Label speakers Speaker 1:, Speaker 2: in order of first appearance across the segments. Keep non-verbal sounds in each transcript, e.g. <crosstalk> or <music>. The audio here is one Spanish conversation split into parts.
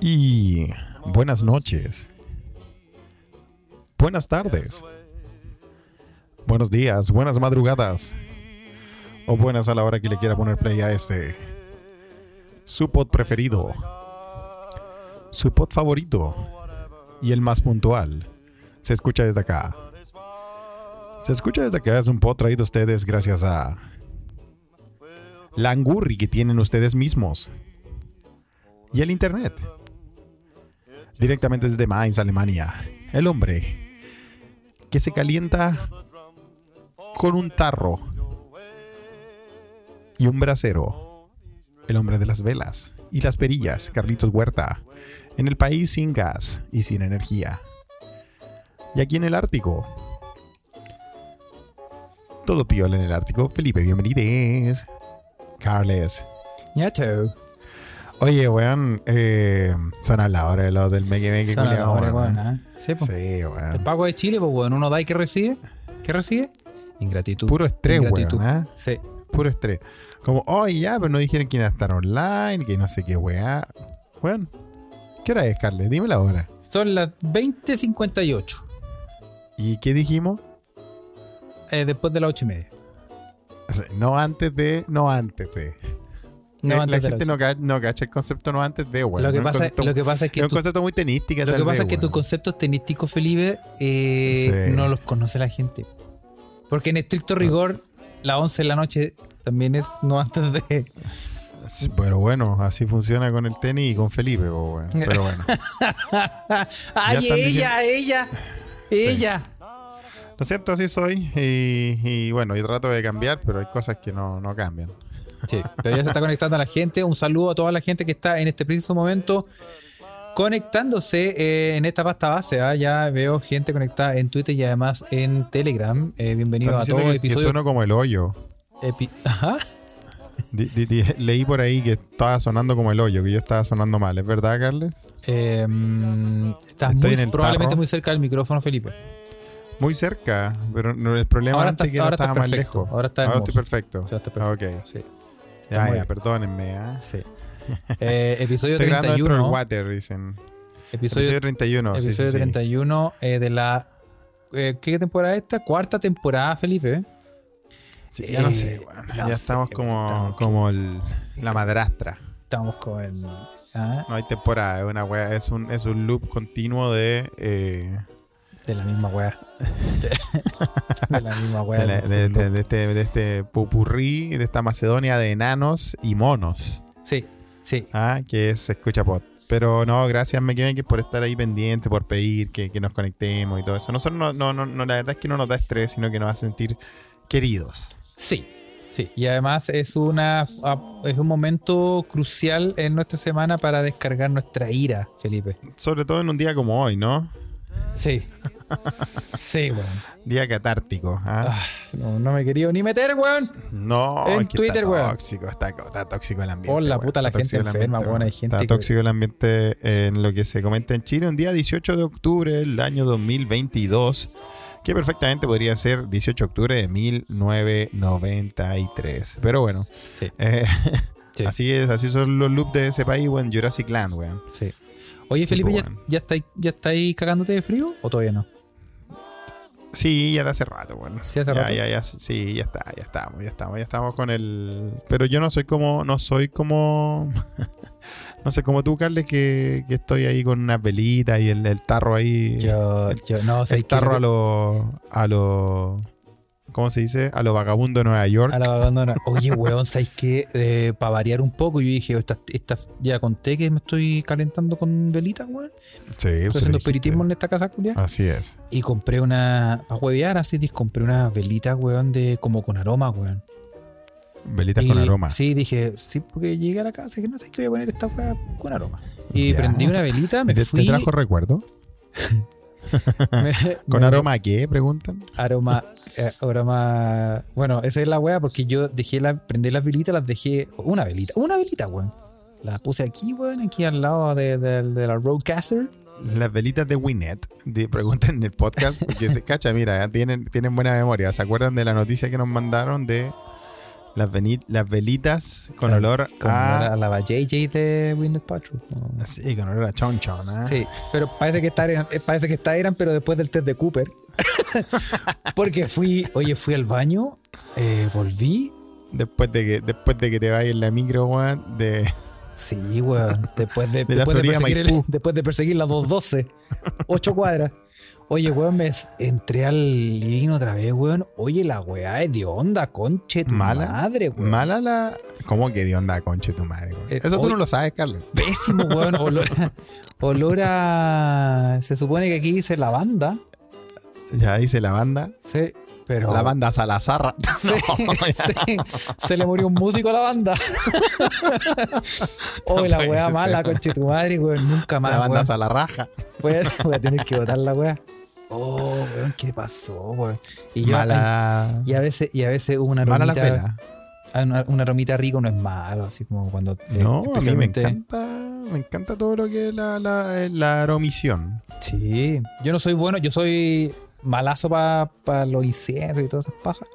Speaker 1: Y buenas noches. Buenas tardes. Buenos días, buenas madrugadas. O buenas a la hora que le quiera poner play a este. Su pod preferido. Su pod favorito. Y el más puntual. Se escucha desde acá. Se escucha desde acá. Es un pod traído a ustedes gracias a la angurri que tienen ustedes mismos y el internet. Directamente desde Mainz, Alemania, el hombre que se calienta con un tarro y un brasero, el hombre de las velas y las perillas, Carlitos Huerta, en el país sin gas y sin energía. Y aquí en el Ártico, todo piola en el Ártico, Felipe, bienvenides. Carles.
Speaker 2: Ñacho.
Speaker 1: Oye, weón, eh, sonan la hora de los del Meque Meque
Speaker 2: Son las
Speaker 1: culiao,
Speaker 2: mejores,
Speaker 1: weón.
Speaker 2: weón, ¿eh? Sí, po.
Speaker 1: Sí,
Speaker 2: El
Speaker 1: weón.
Speaker 2: pago de Chile, pues, weón. Uno da y ¿qué recibe? ¿Qué recibe? Ingratitud.
Speaker 1: Puro estrés,
Speaker 2: Ingratitud.
Speaker 1: weón, ¿eh?
Speaker 2: Sí.
Speaker 1: Puro estrés. Como, oye, ya, pero no dijeron que iba a estar online, que no sé qué, weá. Weón, ¿qué hora es, Carles? Dime la hora.
Speaker 2: Son las 20.58.
Speaker 1: ¿Y qué dijimos?
Speaker 2: eh, después de las 8 y media.
Speaker 1: O sea, no antes de, no antes de.
Speaker 2: No
Speaker 1: Eh,
Speaker 2: antes
Speaker 1: la
Speaker 2: de las
Speaker 1: gente
Speaker 2: ocho.
Speaker 1: no, ca- no cacha el concepto no antes de, weón.
Speaker 2: lo, que
Speaker 1: Es un
Speaker 2: pasa,
Speaker 1: concepto-
Speaker 2: lo que pasa es que,
Speaker 1: es un
Speaker 2: tu-
Speaker 1: concepto muy tenística.
Speaker 2: lo que
Speaker 1: tal
Speaker 2: pasa
Speaker 1: vez,
Speaker 2: es que
Speaker 1: weón.
Speaker 2: tus conceptos tenísticos, Felipe, eh,
Speaker 1: Sí.
Speaker 2: no los conoce la gente. Porque en estricto rigor, las 11 de la noche también es no antes de. <laughs>
Speaker 1: Sí, Pero bueno, así funciona con el tenis y con Felipe, po, weón. Pero
Speaker 2: <laughs>
Speaker 1: bueno.
Speaker 2: ¡Ay,
Speaker 1: están
Speaker 2: ella, ella! ¡Ella!
Speaker 1: Lo cierto, así soy. Y, y bueno, yo trato de cambiar, pero hay cosas que no, no cambian.
Speaker 2: Sí, pero ya se está conectando la gente. Un saludo a toda la gente que está en este preciso momento conectándose eh, en esta pasta base. ah. Ya veo gente conectada en Twitter y además en Telegram. Eh, bienvenido
Speaker 1: Están
Speaker 2: a
Speaker 1: diciendo
Speaker 2: todos
Speaker 1: que, que
Speaker 2: episodios.
Speaker 1: sueno como el hoyo.
Speaker 2: <laughs> Ajá.
Speaker 1: Di- di- <laughs> di- leí por ahí que estaba sonando como el hoyo, que yo estaba sonando mal. ¿Es verdad, Carles?
Speaker 2: Eh, mm, estás
Speaker 1: Estoy
Speaker 2: muy-
Speaker 1: en el
Speaker 2: probablemente
Speaker 1: tarro.
Speaker 2: muy cerca del micrófono, Felipe.
Speaker 1: Muy cerca, pero no- el problema
Speaker 2: Ahora
Speaker 1: antes
Speaker 2: estás-
Speaker 1: que no
Speaker 2: ahora estás
Speaker 1: estaba más
Speaker 2: perfecto,
Speaker 1: lejos.
Speaker 2: ahora estás
Speaker 1: estoy
Speaker 2: hermoso.
Speaker 1: perfecto.
Speaker 2: Ya está perfecto.
Speaker 1: Ok.
Speaker 2: Sí, Está muy
Speaker 1: Ya, ya,
Speaker 2: bien.
Speaker 1: perdónenme. ¿ah?
Speaker 2: sí. Eh, episodio
Speaker 1: Estoy grabando dentro del
Speaker 2: 31.
Speaker 1: water, dicen.
Speaker 2: Episodio,
Speaker 1: Episodio 31. sí,
Speaker 2: episodio
Speaker 1: sí, sí.
Speaker 2: 31 eh, de la. eh, ¿Qué temporada es esta? Cuarta temporada, Felipe.
Speaker 1: Sí, ya no
Speaker 2: Eh,
Speaker 1: sé, weón.
Speaker 2: no
Speaker 1: Ya
Speaker 2: sé,
Speaker 1: estamos como,
Speaker 2: estamos-
Speaker 1: como el- la madrastra.
Speaker 2: Estamos con. ah,
Speaker 1: No hay temporada, es una wea, es un, es un loop continuo de, eh,
Speaker 2: De la
Speaker 1: <laughs>
Speaker 2: misma weá. De, la misma weá.
Speaker 1: de, la-
Speaker 2: sí,
Speaker 1: de-
Speaker 2: sí.
Speaker 1: de- de este, de este popurrí, de esta Macedonia de enanos y monos,
Speaker 2: sí, sí.
Speaker 1: ah, que es escucha pod. Pero no, gracias Mequemeque por estar ahí pendiente, por pedir que, que nos conectemos y todo eso. Nosotros no, no, no, no, la verdad es que no nos da estrés, sino que nos hace sentir queridos.
Speaker 2: Sí. Sí. Y además es una es un momento crucial en nuestra semana para descargar nuestra ira, Felipe.
Speaker 1: Sobre todo en un día como hoy, ¿no?
Speaker 2: Sí. Sí, weón.
Speaker 1: Día catártico. ¿ah?
Speaker 2: Ah, no, no me quería ni meter, weón.
Speaker 1: no,
Speaker 2: en
Speaker 1: es que
Speaker 2: Twitter,
Speaker 1: está
Speaker 2: weón.
Speaker 1: tóxico, está, está tóxico el ambiente.
Speaker 2: Oh, la
Speaker 1: weón,
Speaker 2: puta, la
Speaker 1: está
Speaker 2: gente
Speaker 1: tóxico el
Speaker 2: enferma,
Speaker 1: ambiente,
Speaker 2: weón, hay
Speaker 1: weón.
Speaker 2: gente
Speaker 1: Está
Speaker 2: que-
Speaker 1: tóxico el ambiente en lo que se comenta en Chile. Un día 18 de octubre del año 2022, que perfectamente podría ser 18 de octubre de 1993. Pero bueno,
Speaker 2: Sí.
Speaker 1: eh,
Speaker 2: Sí.
Speaker 1: así es, así son los loops de ese país, weón. Jurassic Land, weón.
Speaker 2: Sí. Oye, Felipe,
Speaker 1: Sí, pues,
Speaker 2: ¿ya,
Speaker 1: weón.
Speaker 2: ya estáis ya estáis cagándote de frío o todavía no?
Speaker 1: Sí, ya de hace rato, bueno.
Speaker 2: Sí, hace
Speaker 1: ya,
Speaker 2: rato.
Speaker 1: Ya, ya, sí, ya está, ya estamos, ya estamos, ya estamos con el. Pero yo no soy como, no soy como, <laughs> no sé, como tú, Carles, que, que estoy ahí con unas velitas y el, el tarro ahí,
Speaker 2: Yo, yo no,
Speaker 1: el
Speaker 2: sé
Speaker 1: tarro a lo, a lo, ¿cómo se dice? A lo vagabundo de Nueva York.
Speaker 2: A la vagabondona. Oye, weón, ¿sabes qué? para variar un poco, yo dije, esta, esta- ya conté que me estoy calentando con velitas, weón.
Speaker 1: Sí, Ah.
Speaker 2: Estoy haciendo espiritismo en esta casa, culia.
Speaker 1: Así es.
Speaker 2: Y compré una, para huevear, así, dis- compré unas velitas, weón, de, como con aroma, weón.
Speaker 1: Velitas
Speaker 2: Y-
Speaker 1: con aroma.
Speaker 2: Sí, dije, sí, porque llegué a la casa y dije, no sé qué voy a poner esta weá con aroma. Y
Speaker 1: Ya.
Speaker 2: prendí una velita, me
Speaker 1: <laughs> ¿Te, te
Speaker 2: fui.
Speaker 1: trajo recuerdo?
Speaker 2: <laughs> me-
Speaker 1: ¿Con
Speaker 2: me-
Speaker 1: aroma a qué? Preguntan.
Speaker 2: Aroma, eh, aroma. Bueno, esa es la weá, porque yo dejé la, prendí las velitas, las dejé. Una velita, una velita, weón. La puse aquí, weón, aquí al lado de, de- de la Roadcaster.
Speaker 1: Las velitas de Winnet, de- <laughs> preguntan en el podcast,
Speaker 2: <laughs>
Speaker 1: porque se cacha, mira, ¿eh? tienen, tienen buena memoria. ¿Se acuerdan de la noticia que nos mandaron de Las, veni- las velitas con
Speaker 2: Claro,
Speaker 1: olor
Speaker 2: Con
Speaker 1: a.
Speaker 2: olor a la JJ de Windows Patrol. ¿no?
Speaker 1: Sí, con olor a chon chon. ¿ah?
Speaker 2: Sí, pero parece que esta eran, eh, parece que esta eran, pero después del test de Cooper. Porque fui, oye, fui al baño, eh, volví.
Speaker 1: Después, de que, después de que te vayas en la micro, weón, de,
Speaker 2: Sí, weón. Después
Speaker 1: <laughs>
Speaker 2: de,
Speaker 1: De la
Speaker 2: después, de
Speaker 1: Florida
Speaker 2: perseguir el-
Speaker 1: Maipú.
Speaker 2: <laughs> después de perseguir las 212, 8 cuadras. Oye, weón, me s- entré al living otra vez, weón. Oye, la weá es de onda, conche tu
Speaker 1: Mala,
Speaker 2: madre, <laughs> weón.
Speaker 1: Mala <laughs> la. ¿Cómo que de onda, conche tu madre? güey?
Speaker 2: Eh,
Speaker 1: Eso tú
Speaker 2: hoy-
Speaker 1: no lo sabes, Carlos.
Speaker 2: Pésimo, weón. Olor, olor a. Se supone que aquí dice lavanda.
Speaker 1: Ya dice la banda.
Speaker 2: Sí, pero.
Speaker 1: La banda Salazar.
Speaker 2: <laughs>
Speaker 1: <laughs>
Speaker 2: Sí, sí. se le murió un músico a
Speaker 1: <laughs>
Speaker 2: la banda. Oye, la
Speaker 1: No puede
Speaker 2: weá
Speaker 1: ser.
Speaker 2: mala, conche tu madre, weón. Nunca más.
Speaker 1: la banda
Speaker 2: weón.
Speaker 1: Salarraja.
Speaker 2: Voy a, Pues, <laughs> voy a tener que botar la weá. Oh, weón, ¿qué pasó, weón? Y, yo-
Speaker 1: Mala.
Speaker 2: y a veces, y a veces una
Speaker 1: Mala la
Speaker 2: aromita, ah,
Speaker 1: pela.
Speaker 2: una, una aromita rico no es malo, así como cuando eh,
Speaker 1: No, a mí me
Speaker 2: especialmente-
Speaker 1: encanta. Me encanta todo lo que es la, la, eh, la aromisión.
Speaker 2: Sí. Yo no soy bueno, yo soy malazo para los inciensos y todas esas pajas.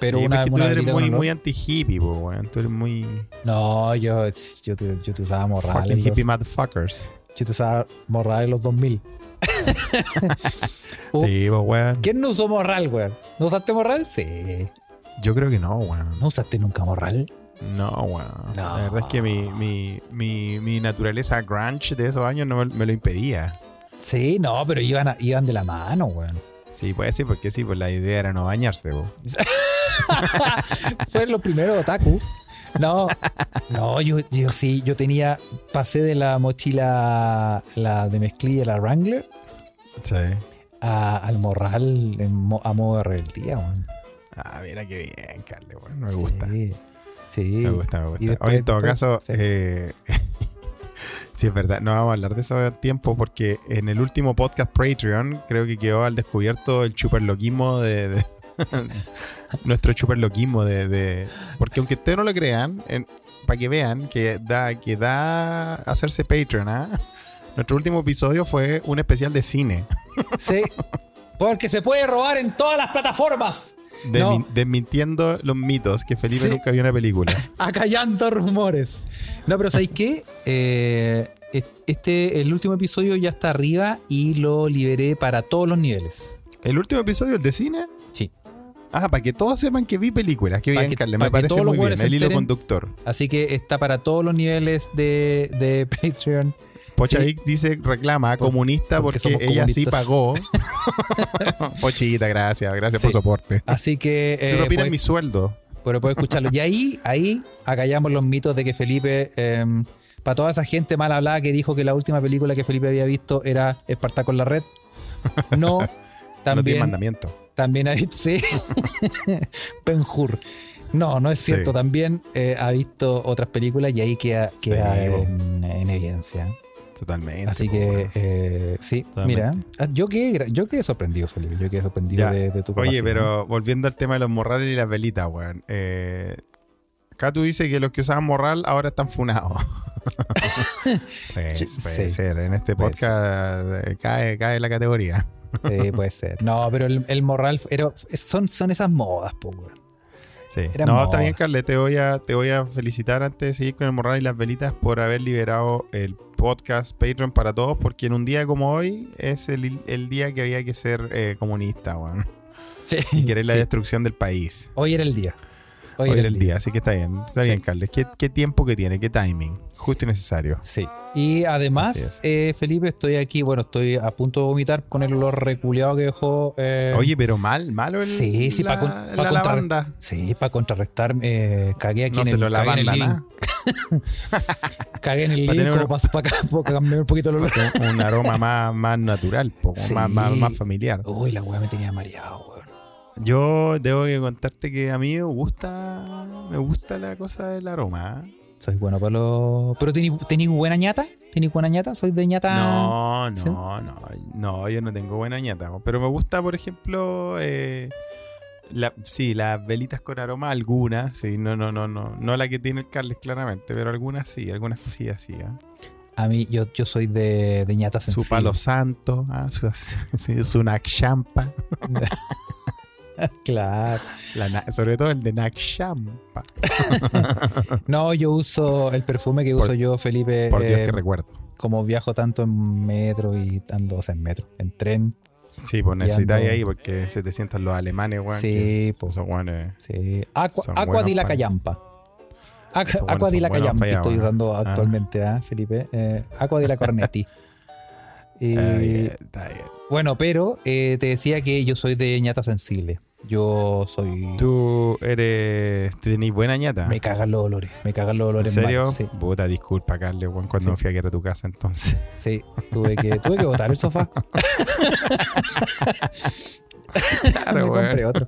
Speaker 2: Pero
Speaker 1: Sí,
Speaker 2: una,
Speaker 1: porque
Speaker 2: una
Speaker 1: tú
Speaker 2: velita
Speaker 1: eres
Speaker 2: con
Speaker 1: muy,
Speaker 2: olor-
Speaker 1: muy anti-hippie, po, weón. Tú eres muy.
Speaker 2: No, yo, yo, te- yo te usaba morral.
Speaker 1: Fucking
Speaker 2: en los-
Speaker 1: hippie motherfuckers.
Speaker 2: Yo te usaba morral en los 2000. Oh.
Speaker 1: Sí, pues, weón.
Speaker 2: ¿Quién no usó morral, weón? ¿No usaste morral? Sí.
Speaker 1: Yo creo que no, weón.
Speaker 2: ¿No usaste nunca morral?
Speaker 1: No, weón.
Speaker 2: No.
Speaker 1: La verdad es que mi, mi, mi, mi naturaleza grunge de esos años no me, me lo impedía.
Speaker 2: Sí, no, pero iban, a- iban de la mano, weón.
Speaker 1: Sí, puede ser porque sí, pues la idea era no bañarse,
Speaker 2: <laughs>
Speaker 1: po.
Speaker 2: Fueron los primeros otakus. No, no, yo, yo sí, yo tenía, pasé de la mochila, la de mezclilla, la Wrangler,
Speaker 1: Sí.
Speaker 2: a- al morral en mo- a modo de rebeldía, weón.
Speaker 1: Ah, mira qué bien, Carle, weón. Me
Speaker 2: Sí,
Speaker 1: gusta.
Speaker 2: Sí.
Speaker 1: Me gusta, me
Speaker 2: Y
Speaker 1: gusta.
Speaker 2: después-
Speaker 1: Oye, en todo
Speaker 2: después-
Speaker 1: caso,
Speaker 2: sí.
Speaker 1: eh, <laughs> sí, es verdad, no vamos a hablar de eso a tiempo porque en el último podcast Patreon creo que quedó al descubierto el chuperloquismo de... <laughs> de- nuestro chuperloquismo de, de... Porque aunque ustedes no lo crean, para que vean que da, que da hacerse Patreon, ¿ah? <laughs> Nuestro último episodio fue un especial de cine.
Speaker 2: Sí. Porque se puede robar en todas las plataformas,
Speaker 1: desmin-
Speaker 2: No.
Speaker 1: Desmintiendo los mitos que Felipe
Speaker 2: Sí.
Speaker 1: nunca vio una película.
Speaker 2: acallando rumores. No, pero ¿sabéis qué? Eh, este, el último episodio ya está arriba y lo liberé para todos los niveles.
Speaker 1: ¿El último episodio, el de cine?
Speaker 2: Sí.
Speaker 1: Ah, para que todos sepan que vi películas. Qué
Speaker 2: Pa'
Speaker 1: bien,
Speaker 2: que-
Speaker 1: Carles.
Speaker 2: pa'
Speaker 1: Me
Speaker 2: que
Speaker 1: parece
Speaker 2: todos los
Speaker 1: muy bien.
Speaker 2: hueones se
Speaker 1: El hilo
Speaker 2: enteren.
Speaker 1: conductor.
Speaker 2: Así que está para todos los niveles de, de <laughs> Patreon.
Speaker 1: Pocha
Speaker 2: Sí.
Speaker 1: X dice, reclama,
Speaker 2: Por-
Speaker 1: comunista,
Speaker 2: porque
Speaker 1: porque,
Speaker 2: somos
Speaker 1: ella sí
Speaker 2: comunistas. <laughs>
Speaker 1: pagó. <laughs> Pochita, gracias. Gracias por
Speaker 2: Sí.
Speaker 1: soporte.
Speaker 2: Así que.
Speaker 1: Se
Speaker 2: eh,
Speaker 1: lo opinan
Speaker 2: puedes-
Speaker 1: mi sueldo.
Speaker 2: pero puedes escucharlo. Y ahí, ahí acallamos los mitos de que Felipe. em, para toda esa gente mal hablada que dijo que la última película que Felipe había visto era Espartaco en la red. No.
Speaker 1: <laughs> No tiene
Speaker 2: También,
Speaker 1: mandamiento.
Speaker 2: también ha visto. <laughs> Sí. Penjur. No, no es
Speaker 1: Sí.
Speaker 2: cierto. También eh, ha visto otras películas y ahí queda, queda
Speaker 1: Sí, bo.
Speaker 2: en, en evidencia.
Speaker 1: Totalmente.
Speaker 2: Así
Speaker 1: po,
Speaker 2: que,
Speaker 1: weón.
Speaker 2: eh, sí, mira,
Speaker 1: Totalmente.
Speaker 2: ah, yo quedé, yo quedé sorprendido, Felipe, yo quedé sorprendido
Speaker 1: Ya.
Speaker 2: de, de tu
Speaker 1: Oye,
Speaker 2: capacidad.
Speaker 1: pero volviendo al tema de los morrales y las velitas, weón. Eh, Katu dice que los que usaban morral ahora están
Speaker 2: <laughs>
Speaker 1: funados. <laughs> Pues,
Speaker 2: Sí.
Speaker 1: puede ser. En este
Speaker 2: Puede
Speaker 1: podcast eh, cae, cae la categoría.
Speaker 2: Sí, puede ser. No, pero el, el morral, f- era- son, son esas modas, po, weón.
Speaker 1: Sí.
Speaker 2: Era
Speaker 1: no,
Speaker 2: moda.
Speaker 1: está bien, Carle. Te voy, a, te voy a felicitar antes de seguir con el Morral y las Velitas por haber liberado el podcast Patreon para todos, porque en un día como hoy es el, el día que había que ser eh, comunista, weón.
Speaker 2: Sí,
Speaker 1: Y querer la
Speaker 2: sí.
Speaker 1: destrucción del país.
Speaker 2: Hoy era el día.
Speaker 1: Hoy, era el día. así que está bien. Está
Speaker 2: Sí.
Speaker 1: bien, Carles. ¿Qué, qué tiempo que tiene? ¿Qué timing? Justo y necesario.
Speaker 2: Sí. Y además,
Speaker 1: Así
Speaker 2: eh, Felipe, estoy aquí, bueno, estoy a punto de vomitar con el olor reculeado que dejó. eh,
Speaker 1: Oye, pero mal, malo el,
Speaker 2: Sí, sí,
Speaker 1: la,
Speaker 2: pa' con- pa'
Speaker 1: la
Speaker 2: contrarre-
Speaker 1: lavanda.
Speaker 2: Sí, para contrarrestar, eh, cagué aquí
Speaker 1: No
Speaker 2: en
Speaker 1: se
Speaker 2: el,
Speaker 1: lo
Speaker 2: cagué en el
Speaker 1: lavanda,
Speaker 2: living.
Speaker 1: nada.
Speaker 2: Cagué en el
Speaker 1: Pa'
Speaker 2: living
Speaker 1: tener
Speaker 2: como
Speaker 1: uno-
Speaker 2: para, cambiar un poquito
Speaker 1: <laughs>
Speaker 2: el olor.
Speaker 1: Un- Un aroma más, más natural, po,
Speaker 2: Sí.
Speaker 1: más, más, más familiar.
Speaker 2: Uy, la weá me tenía mareado, weón.
Speaker 1: Yo debo que contarte que a mí me gusta, me gusta la cosa del aroma. ¿eh?
Speaker 2: Soy bueno para los. Pero tenéis buena ñata, tenéis buena ñata, soy de ñata.
Speaker 1: No, no,
Speaker 2: Ah, ¿sí?
Speaker 1: no, no, yo no tengo buena ñata. ¿no? Pero me gusta, por ejemplo, eh, la, sí, las velitas con aroma, algunas, sí, no, no, no, no, no la que tiene el Carles claramente, pero algunas sí, algunas cosillas sí. ¿eh?
Speaker 2: A mí, yo, yo soy de, de ñata sensible.
Speaker 1: Su palo santo, ¿ah? su, <laughs> sí, su nakchampa,
Speaker 2: Claro.
Speaker 1: la na- sobre todo el de nakchampa.
Speaker 2: No, yo uso el perfume que
Speaker 1: Por-
Speaker 2: uso yo, Felipe.
Speaker 1: Por Dios
Speaker 2: eh,
Speaker 1: que recuerdo.
Speaker 2: como viajo tanto en metro y ando, o sea, en metro, en tren.
Speaker 1: Sí, pues necesitáis
Speaker 2: ando-
Speaker 1: ahí porque se te sientan los alemanes, weón.
Speaker 2: sí,
Speaker 1: que
Speaker 2: po,
Speaker 1: Esos weones.
Speaker 2: sí. Aqua,
Speaker 1: son
Speaker 2: Aqua
Speaker 1: buenos
Speaker 2: di la
Speaker 1: pa-
Speaker 2: Callampa. Aqua,
Speaker 1: Esos buenos
Speaker 2: Aqua di
Speaker 1: son
Speaker 2: la
Speaker 1: buenos
Speaker 2: Callampa
Speaker 1: pa' allá,
Speaker 2: estoy
Speaker 1: bueno.
Speaker 2: usando
Speaker 1: Ah.
Speaker 2: actualmente, ¿ah, Felipe. Eh, Aqua di
Speaker 1: <laughs>
Speaker 2: la Cornetti. y,
Speaker 1: Está bien, Ah, está bien.
Speaker 2: Bueno, pero eh, te decía que yo soy de ñata sensible. Yo soy.
Speaker 1: Tú eres. Tenés buena ñata.
Speaker 2: Me cagan los olores. Me cagan los
Speaker 1: ¿En
Speaker 2: olores
Speaker 1: serio?
Speaker 2: malos, Sí,
Speaker 1: Puta, disculpa, Carle, weón, cuando
Speaker 2: Sí.
Speaker 1: me fui a quedar a tu casa entonces.
Speaker 2: sí. Tuve que, tuve que botar el <laughs> sofá.
Speaker 1: Claro,
Speaker 2: Me
Speaker 1: weón.
Speaker 2: compré otro.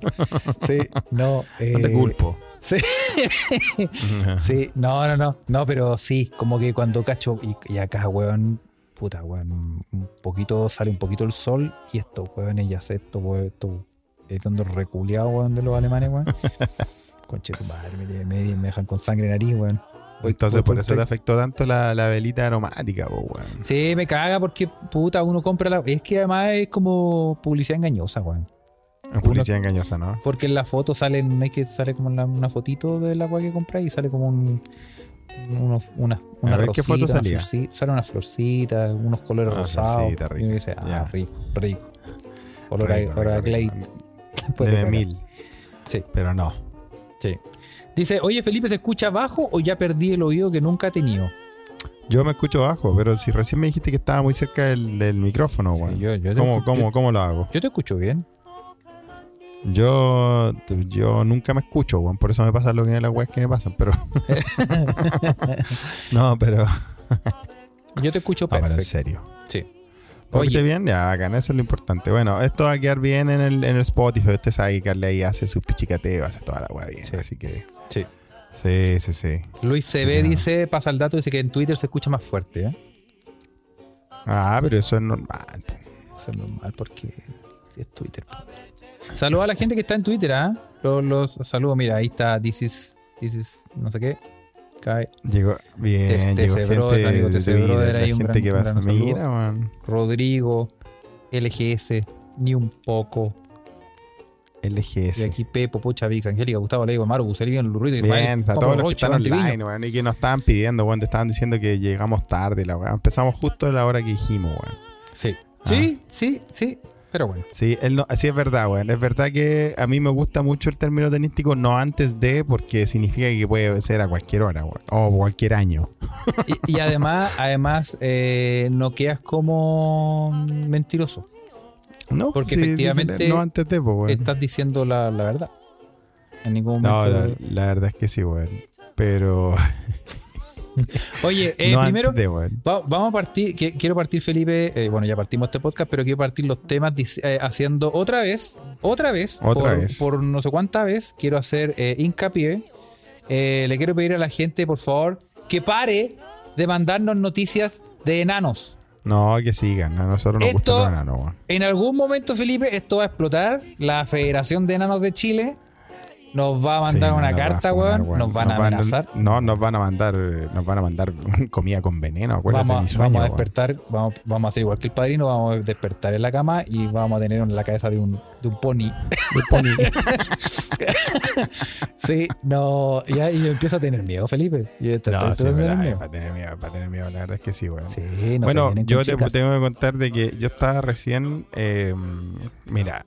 Speaker 2: Sí, no.
Speaker 1: No te
Speaker 2: eh,
Speaker 1: culpo. <laughs>
Speaker 2: Sí. Sí, no, no, no. No, pero sí, como que cuando cacho y, y acá, weón, puta, weón, un poquito, sale un poquito el sol y estos weones ya sé, estos weón, estos estando reculeados, weón, de los alemanes, <laughs> weón. Conche tu madre, me, me- me dejan con sangre en nariz, weón. Voy-
Speaker 1: Entonces,
Speaker 2: voy
Speaker 1: por
Speaker 2: con
Speaker 1: eso te
Speaker 2: tre-
Speaker 1: afectó tanto la, la velita aromática, po, weón.
Speaker 2: Sí, me caga porque, puta, uno compra la. Es que además es como publicidad engañosa, weón.
Speaker 1: Es publicidad engañosa, ¿no?
Speaker 2: Porque en la foto sale, es que sale como la- una fotito del agua que compré y sale como un, unos- una, una
Speaker 1: A ver, ¿qué foto
Speaker 2: rosita, una
Speaker 1: salía?
Speaker 2: florci- sale una florcita, unos colores
Speaker 1: Una
Speaker 2: rosados.
Speaker 1: florcita rica,
Speaker 2: Y uno dice, ah,
Speaker 1: ya.
Speaker 2: rico, rico. Olor
Speaker 1: Rico,
Speaker 2: a, olor a
Speaker 1: rico, rico.
Speaker 2: Glade. <laughs> Puede
Speaker 1: De
Speaker 2: cagar.
Speaker 1: mil.
Speaker 2: Sí.
Speaker 1: Pero no.
Speaker 2: Sí. Dice, oye Felipe, ¿se escucha bajo o ya perdí el oído que nunca he tenido?
Speaker 1: Yo me escucho bajo, pero si recién me dijiste que estaba muy cerca del, del micrófono,
Speaker 2: Sí,
Speaker 1: weón.
Speaker 2: yo, yo te
Speaker 1: ¿Cómo,
Speaker 2: escu-
Speaker 1: cómo,
Speaker 2: yo-
Speaker 1: ¿Cómo lo hago?
Speaker 2: yo te escucho bien.
Speaker 1: Yo, yo nunca me escucho, weón. Por eso me pasa lo que en las weas que me pasan,
Speaker 2: <laughs>
Speaker 1: pero. no, pero. No,
Speaker 2: Yo te escucho
Speaker 1: pero en
Speaker 2: perfecto.
Speaker 1: serio.
Speaker 2: Sí.
Speaker 1: Oye.
Speaker 2: Oye.
Speaker 1: bien? Ya, bacán, eso es lo importante. Bueno, esto va a quedar bien en el, en el Spotify. Usted sabe que Carly ahí hace sus pichicateos, hace toda la wea bien.
Speaker 2: Sí.
Speaker 1: Así que.
Speaker 2: Sí.
Speaker 1: Sí, sí, sí.
Speaker 2: Luis CB
Speaker 1: Ya.
Speaker 2: dice, pasa el dato, dice que en Twitter se escucha más fuerte. ¿eh?
Speaker 1: Ah, pero eso es normal.
Speaker 2: Eso es normal porque es Twitter. po. Saludos a la gente que está en Twitter, ¿ah? Los, los saludos, mira, ahí está This is, this is no sé qué. Kai,
Speaker 1: Llegó bien,
Speaker 2: Este
Speaker 1: llegó
Speaker 2: ese
Speaker 1: gente
Speaker 2: brother, amigo,
Speaker 1: de
Speaker 2: ese
Speaker 1: Twitter,
Speaker 2: brother
Speaker 1: la
Speaker 2: ahí, un
Speaker 1: gente
Speaker 2: gran-
Speaker 1: que
Speaker 2: un
Speaker 1: pasa.
Speaker 2: gran saludo.
Speaker 1: Mira, man,
Speaker 2: Rodrigo, LGS, ni un poco. Y
Speaker 1: LGS.
Speaker 2: aquí Pepo, Pocha, Vix, Angélica, Gustavo, Leigo, Maru, pues, Buselio, Lurrito, Ismael,
Speaker 1: Bien, a
Speaker 2: Paco
Speaker 1: todos los que
Speaker 2: Rocha,
Speaker 1: están
Speaker 2: Montevideo.
Speaker 1: online, weón, y que nos estaban pidiendo, weón, te estaban diciendo que llegamos tarde, la weá. Empezamos justo a la hora que dijimos, weón.
Speaker 2: Sí,
Speaker 1: Ah.
Speaker 2: sí, sí, sí, pero bueno.
Speaker 1: Sí, él no- sí, es verdad, weón. Es verdad que a mí me gusta mucho el término tenístico no antes de, porque significa que puede ser a cualquier hora, weón. O cualquier año.
Speaker 2: Y, y además, además eh, no quedas como mentiroso.
Speaker 1: No,
Speaker 2: Porque
Speaker 1: sí,
Speaker 2: efectivamente
Speaker 1: dije, No antes de, pues, weón.
Speaker 2: Estás diciendo la, la verdad. En ningún
Speaker 1: No,
Speaker 2: momento.
Speaker 1: la, la verdad es que sí, weón. Pero.
Speaker 2: Oye,
Speaker 1: <laughs>
Speaker 2: eh,
Speaker 1: no
Speaker 2: primero,
Speaker 1: antes de, weón.
Speaker 2: Va- vamos a partir, que- quiero partir Felipe, eh, bueno ya partimos este podcast, pero quiero partir los temas dic- eh, haciendo otra vez, otra vez,
Speaker 1: Otra
Speaker 2: por,
Speaker 1: vez.
Speaker 2: por no sé cuánta vez, quiero hacer eh, hincapié, Eh, le quiero pedir a la gente por favor que pare de mandarnos noticias de enanos.
Speaker 1: No, que sigan. A nosotros nos
Speaker 2: Esto-
Speaker 1: gusta el verano, weón.
Speaker 2: En algún momento Felipe esto va a explotar, la Federación de Enanos de Chile nos va a mandar
Speaker 1: Sí,
Speaker 2: una
Speaker 1: nos va a
Speaker 2: carta,
Speaker 1: funar,
Speaker 2: weón, nos van a amenazar.
Speaker 1: No, nos van a mandar, nos van a mandar <laughs> comida con veneno, acuérdate de mi
Speaker 2: Vamos, a-
Speaker 1: sueño,
Speaker 2: vamos a
Speaker 1: weón.
Speaker 2: despertar, vamos, vamos a hacer igual que el padrino, vamos a despertar en la cama y vamos a tener en la cabeza de un, de un pony. <laughs> Sí, no, ya, y yo empiezo a tener miedo, Felipe. Yo estoy-
Speaker 1: No,
Speaker 2: estoy-
Speaker 1: sí,
Speaker 2: estoy
Speaker 1: verdad,
Speaker 2: teniendo
Speaker 1: eh,
Speaker 2: miedo.
Speaker 1: para tener miedo, para tener miedo, la verdad es que sí, weón.
Speaker 2: Sí, no se
Speaker 1: bueno,
Speaker 2: vienen con
Speaker 1: yo te
Speaker 2: chicas.
Speaker 1: tengo que contar de que yo estaba recién, eh, mira,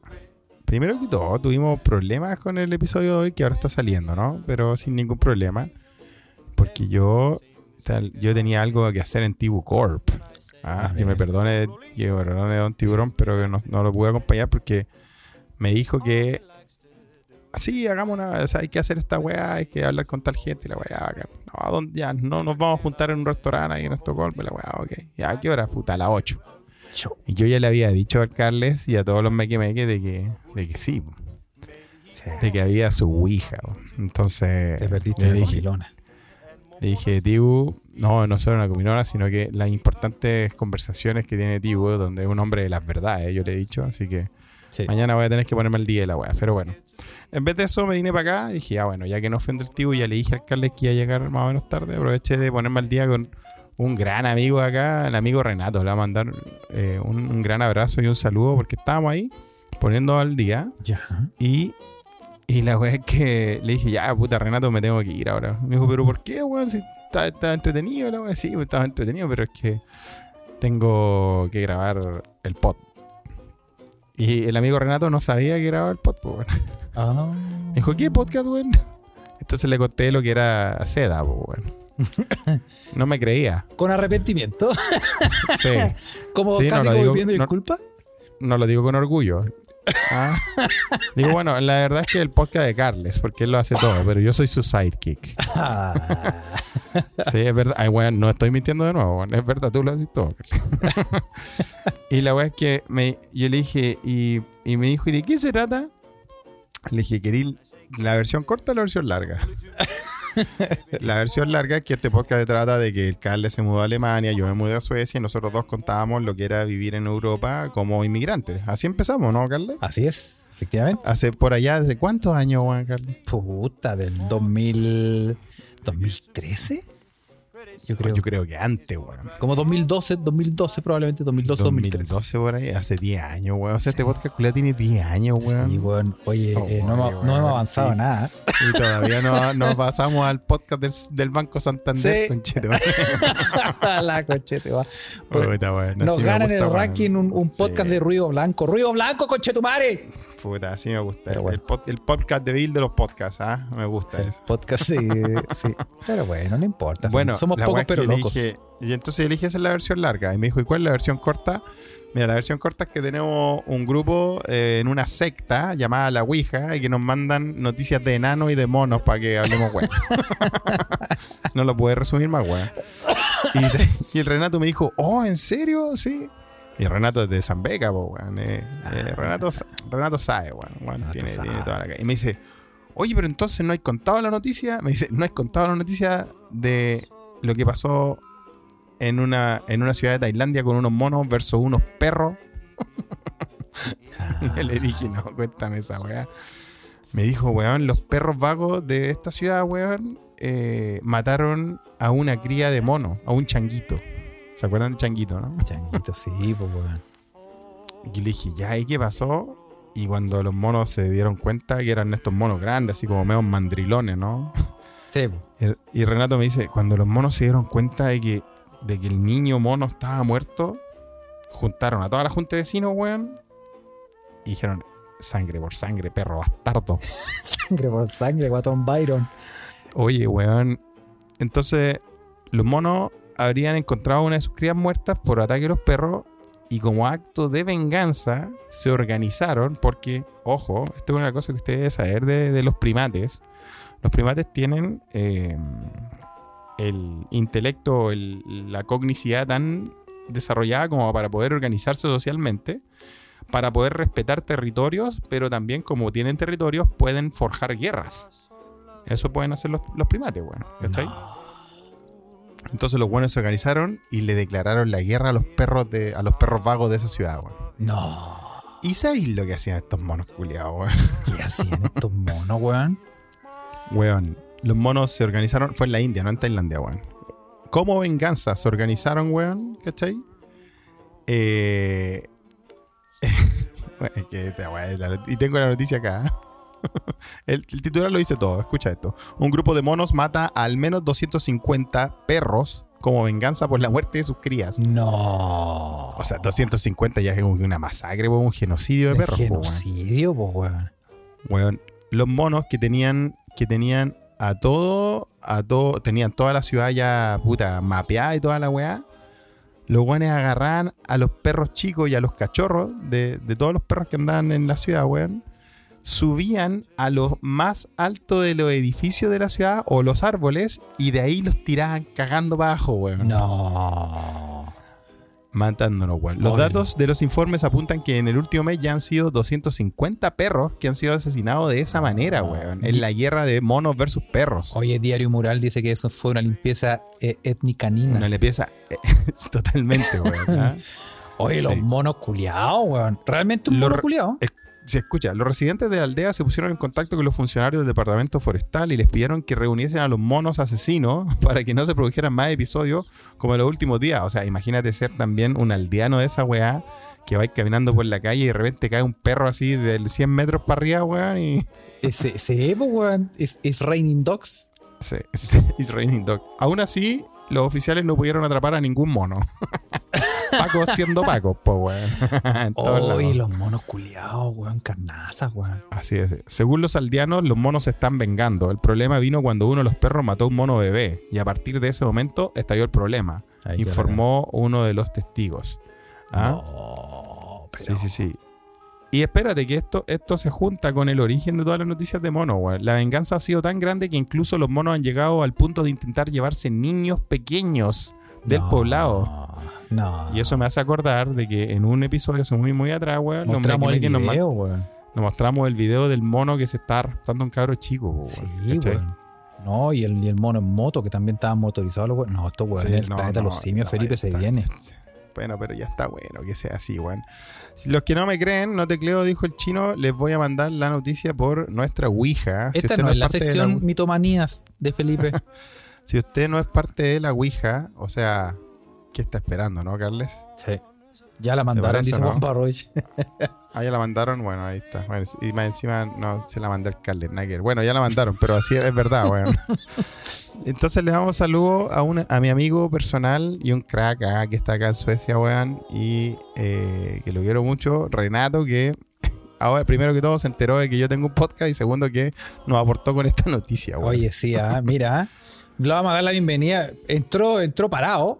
Speaker 1: primero que todo, tuvimos problemas con el episodio de hoy que ahora está saliendo, ¿no? Pero sin ningún problema, porque yo, tal- yo tenía algo que hacer en Tibu Corp. Ah,
Speaker 2: Ah,
Speaker 1: que me
Speaker 2: mira.
Speaker 1: perdone, que me perdone Don Tiburón, pero que no, no lo pude acompañar porque me dijo que así hagamos una, o sea, hay que hacer esta weá, hay que hablar con tal gente, y la weá, bacán. no, ¿a dónde? ya, no nos vamos a juntar en un restaurante ahí en Estocolmo, y la weá, ok, ya, ¿a qué hora? Puta, a las 8.
Speaker 2: Chau.
Speaker 1: Y yo ya le había dicho al Carles y a todos los meque-meque de que, de que sí,
Speaker 2: Sí,
Speaker 1: de que había su ouija, bo. entonces
Speaker 2: te perdiste
Speaker 1: le
Speaker 2: en la
Speaker 1: dije,
Speaker 2: comilona.
Speaker 1: le dije, Tibu, no, no solo una comilona, sino que las importantes conversaciones que tiene Tibu, donde es un hombre de las verdades, yo le he dicho, así que
Speaker 2: Sí.
Speaker 1: Mañana voy a tener que ponerme al día de la weá, pero bueno. En vez de eso me vine para acá y dije, ah, bueno, ya que no ofendo el tío, ya le dije al Carles que iba a llegar más o menos tarde, aproveché de ponerme al día con un gran amigo acá, el amigo Renato, le voy a mandar eh, un, un gran abrazo y un saludo porque estábamos ahí poniendo al día
Speaker 2: Ya.
Speaker 1: y Y la weá es que le dije, ya, puta, Renato, me tengo que ir ahora. Me dijo, pero ¿por qué, weón? Si está, está entretenido la weá. Sí, pues, estaba entretenido, pero es que tengo que grabar el pod. Y el amigo Renato no sabía que grababa el pod, pues, weón.
Speaker 2: Ah.
Speaker 1: Me dijo, ¿qué podcast, weón? <laughs> Entonces le conté lo que era seda, pues, weón. No me creía.
Speaker 2: Con arrepentimiento. <laughs>
Speaker 1: Sí.
Speaker 2: Como
Speaker 1: Sí, no,
Speaker 2: casi
Speaker 1: lo
Speaker 2: como
Speaker 1: digo,
Speaker 2: pidiendo
Speaker 1: no-
Speaker 2: disculpas. <laughs>
Speaker 1: No lo digo con orgullo. Ah. Digo, bueno, la verdad es que el podcast de Carles, porque él lo hace todo, pero yo soy su sidekick.
Speaker 2: Ah.
Speaker 1: Sí, es verdad. Ay, weón, no estoy mintiendo de nuevo, weón. Es verdad, tú lo haces
Speaker 2: <laughs>
Speaker 1: todo. <laughs> y la weá es que me, yo le dije, y, y me dijo, ¿y de qué se trata? Le dije, Kirill, ¿la versión corta o la versión
Speaker 2: <laughs>
Speaker 1: larga? la versión larga es que este podcast se trata de que el Carles se mudó a Alemania, yo me mudé a Suecia y nosotros dos contábamos lo que era vivir en Europa como inmigrantes. Así empezamos, ¿no, Carles?
Speaker 2: Así es, efectivamente.
Speaker 1: Hace por allá, ¿desde cuántos años, Juan Carles?
Speaker 2: Puta, del 2000, 2013. Yo creo.
Speaker 1: Ah, Yo creo que antes, weón.
Speaker 2: Como 2012, 2012 probablemente, 2012, 2013.
Speaker 1: 2012 por ahí, hace 10 años, weón. O sea, este podcast culiao tiene 10 años, weón.
Speaker 2: Y bueno, oye,
Speaker 1: Oh,
Speaker 2: eh, no, hemos-
Speaker 1: weón,
Speaker 2: no hemos avanzado
Speaker 1: sí.
Speaker 2: nada. <laughs>
Speaker 1: Y todavía no, no pasamos al podcast del, del Banco Santander,
Speaker 2: Sí.
Speaker 1: conchetumare.
Speaker 2: la cochete, va. <laughs> Pues,
Speaker 1: Puta, weón.
Speaker 2: nos
Speaker 1: así me
Speaker 2: ganan
Speaker 1: gusta,
Speaker 2: el
Speaker 1: weón.
Speaker 2: ranking un, un
Speaker 1: Sí,
Speaker 2: podcast de ruido blanco. ¡Ruido blanco, cochetumare!
Speaker 1: Puta, así me gusta.
Speaker 2: Pero bueno.
Speaker 1: El, pod- el podcast de Bill de los podcasts, ¿ah? Me gusta
Speaker 2: El
Speaker 1: eso.
Speaker 2: podcast, sí, sí. Pero bueno, no importa.
Speaker 1: Bueno,
Speaker 2: Somos
Speaker 1: la
Speaker 2: pocos
Speaker 1: weá que
Speaker 2: pero
Speaker 1: yo le
Speaker 2: locos.
Speaker 1: dije- y entonces yo le dije, esa es la versión larga. Y me dijo, ¿y cuál es la versión corta? Mira, la versión corta es que tenemos un grupo eh, en una secta llamada La Ouija y que nos mandan noticias de enanos y de monos para que hablemos
Speaker 2: <laughs>
Speaker 1: weón. no lo pude resumir más, weón. Y, y el Renato me dijo, oh, ¿en serio? Sí. Y Renato es de San Beca, po, weón. eh,
Speaker 2: Ah,
Speaker 1: eh, Renato, sa- Renato sabe, weón. weón,
Speaker 2: Renato
Speaker 1: tiene,
Speaker 2: sabe.
Speaker 1: tiene toda la ca- Y me dice, oye, pero entonces no hay contado la noticia. Me dice, no hay contado la noticia de lo que pasó en una, en una ciudad de Tailandia con unos monos versus unos perros. <laughs>
Speaker 2: Ah,
Speaker 1: Y le dije, no, cuéntame esa weá. Me dijo, weón, los perros vagos de esta ciudad, weón, eh, mataron a una cría de mono, a un changuito. ¿Se acuerdan de changuito, no?
Speaker 2: changuito, sí, pues weón.
Speaker 1: Y le dije, ya, ¿y qué pasó? Y cuando los monos se dieron cuenta que eran estos monos grandes, así como medio mandrilones, ¿no?
Speaker 2: Sí, po.
Speaker 1: Y- Y Renato me dice, cuando los monos se dieron cuenta de que, de que el niño mono estaba muerto, juntaron a toda la junta de vecinos, weón, y dijeron, sangre por sangre, perro bastardo.
Speaker 2: sangre por sangre, guatón Byron.
Speaker 1: Oye, weón. Entonces, los monos habrían encontrado a una de sus crías muertas por ataque a los perros y como acto de venganza se organizaron porque, ojo, esto es una cosa que ustedes deben saber de, de los primates. Los primates tienen eh, el intelecto, el- la cognicidad tan desarrollada como para poder organizarse socialmente, para poder respetar territorios, pero también como tienen territorios pueden forjar guerras. Eso pueden hacer los, los primates, bueno. ¿cachai? Entonces los buenos se organizaron y le declararon la guerra a los perros de, a los perros vagos de esa ciudad, weón.
Speaker 2: No.
Speaker 1: ¿Y sabéis lo que hacían estos monos culiados, weón?
Speaker 2: ¿Qué hacían estos monos, weón?
Speaker 1: <laughs> Weón, los monos se organizaron, fue en la India, no en Tailandia, weón. Como venganza se organizaron, weón, ¿cachai? Eh... <laughs> bueno, es que esta weá es la not- y tengo la noticia acá. ¿eh? <laughs> el, el titular lo dice todo, escucha esto. Un grupo de monos mata a al menos 250 perros como venganza por la muerte de sus crías.
Speaker 2: No.
Speaker 1: O sea, 250 ya es como que una masacre, weón, un genocidio de
Speaker 2: De
Speaker 1: perros. po, weón.
Speaker 2: genocidio, pues weón.
Speaker 1: Weón, los monos que tenían, que tenían a todo, a todo, tenían toda la ciudad ya puta mapeada y toda la weá. Los weones agarraban a los perros chicos y a los cachorros de, de todos los perros que andaban en la ciudad, weón. Subían a los más altos de los edificios de la ciudad o los árboles y de ahí los tiraban cagando para abajo, weón
Speaker 2: No.
Speaker 1: matándonos, weón. Los
Speaker 2: Oye.
Speaker 1: datos de los informes apuntan que en el último mes ya han sido 250 perros que han sido asesinados de esa manera, weón. En la guerra de monos versus perros.
Speaker 2: Oye, Diario Mural dice que eso fue una limpieza eh, étnica nina.
Speaker 1: Una limpieza eh, <laughs> totalmente, weón.
Speaker 2: <laughs>
Speaker 1: ¿ah?
Speaker 2: Oye, los
Speaker 1: Sí.
Speaker 2: monos culiados, weón. Realmente un
Speaker 1: Lo
Speaker 2: mono
Speaker 1: re- <laughs>
Speaker 2: culiado.
Speaker 1: Se escucha, los residentes de la aldea se pusieron en contacto con los funcionarios del departamento forestal y les pidieron que reuniesen a los monos asesinos <laughs> para que no se produjeran más episodios como en los últimos días. O sea, imagínate ser también un aldeano de esa weá que vais caminando por la calle y de repente cae un perro así del 100 metros para arriba, weón, y,
Speaker 2: Ese, ese Evo, weón, es, es Raining Dogs.
Speaker 1: Sí, <laughs> es- it's raining dog. Aún así, los oficiales no pudieron atrapar a ningún mono. <laughs> Paco siendo Paco, pues, weón. <laughs> En todos lados.
Speaker 2: Oy, los monos culiados, weón, carnazas, weón.
Speaker 1: Así es. Según los aldeanos, los monos se están vengando. El problema vino cuando uno de los perros mató a un mono bebé. Y a partir de ese momento estalló el problema.
Speaker 2: Ay, qué
Speaker 1: informó uno de los testigos. ¿Ah?
Speaker 2: No,
Speaker 1: Sí,
Speaker 2: pero
Speaker 1: sí, sí. Y espérate que esto, esto se junta con el origen de todas las noticias de monos, weón. La venganza ha sido tan grande que incluso los monos han llegado al punto de intentar llevarse niños pequeños del
Speaker 2: no,
Speaker 1: poblado.
Speaker 2: No.
Speaker 1: Y eso me hace acordar de que en un episodio hace muy, muy atrás, weón, los
Speaker 2: mostramos el
Speaker 1: Mequemeques nos, ma-
Speaker 2: video, weón.
Speaker 1: nos mostramos el video del mono que se está raptando a un cabro chico, weón.
Speaker 2: Sí,
Speaker 1: ¿cachai?
Speaker 2: weón. No, y el, y el mono en moto, que también estaba motorizado. Los weón. No, estos weones
Speaker 1: Sí,
Speaker 2: del
Speaker 1: no,
Speaker 2: planeta
Speaker 1: no,
Speaker 2: los simios,
Speaker 1: no,
Speaker 2: Felipe,
Speaker 1: ya
Speaker 2: se
Speaker 1: está.
Speaker 2: viene.
Speaker 1: Bueno, pero ya está bueno que sea así, weón. Si Los que no me creen, no tecleo, dijo el chino, les voy a mandar la noticia por nuestra Ouija. Si
Speaker 2: Esta
Speaker 1: usted
Speaker 2: no es la
Speaker 1: parte de
Speaker 2: sección mitomanías
Speaker 1: <laughs>
Speaker 2: de Felipe.
Speaker 1: Si usted no es parte de la Ouija, o sea, ¿qué está esperando, no, Carles?
Speaker 2: sí. Ya la mandaron,
Speaker 1: parece,
Speaker 2: dice
Speaker 1: no?
Speaker 2: Juan Barroich.
Speaker 1: Ah, ya la mandaron, bueno, ahí está. Bueno, y más encima no se la mandó el Carles Nagger. Bueno, ya la mandaron, pero así es verdad,
Speaker 2: <laughs>
Speaker 1: weón. Entonces les damos saludo a, un- a mi amigo personal y un crack ah, que está acá en Suecia, weón, y eh, que lo quiero mucho, Renato, que <laughs> ahora primero que todo se enteró de que yo tengo un podcast y segundo que nos aportó con esta noticia, weón.
Speaker 2: Oye, sí, ah, mira. ah. Le vamos a dar la bienvenida. Entró, entró parado.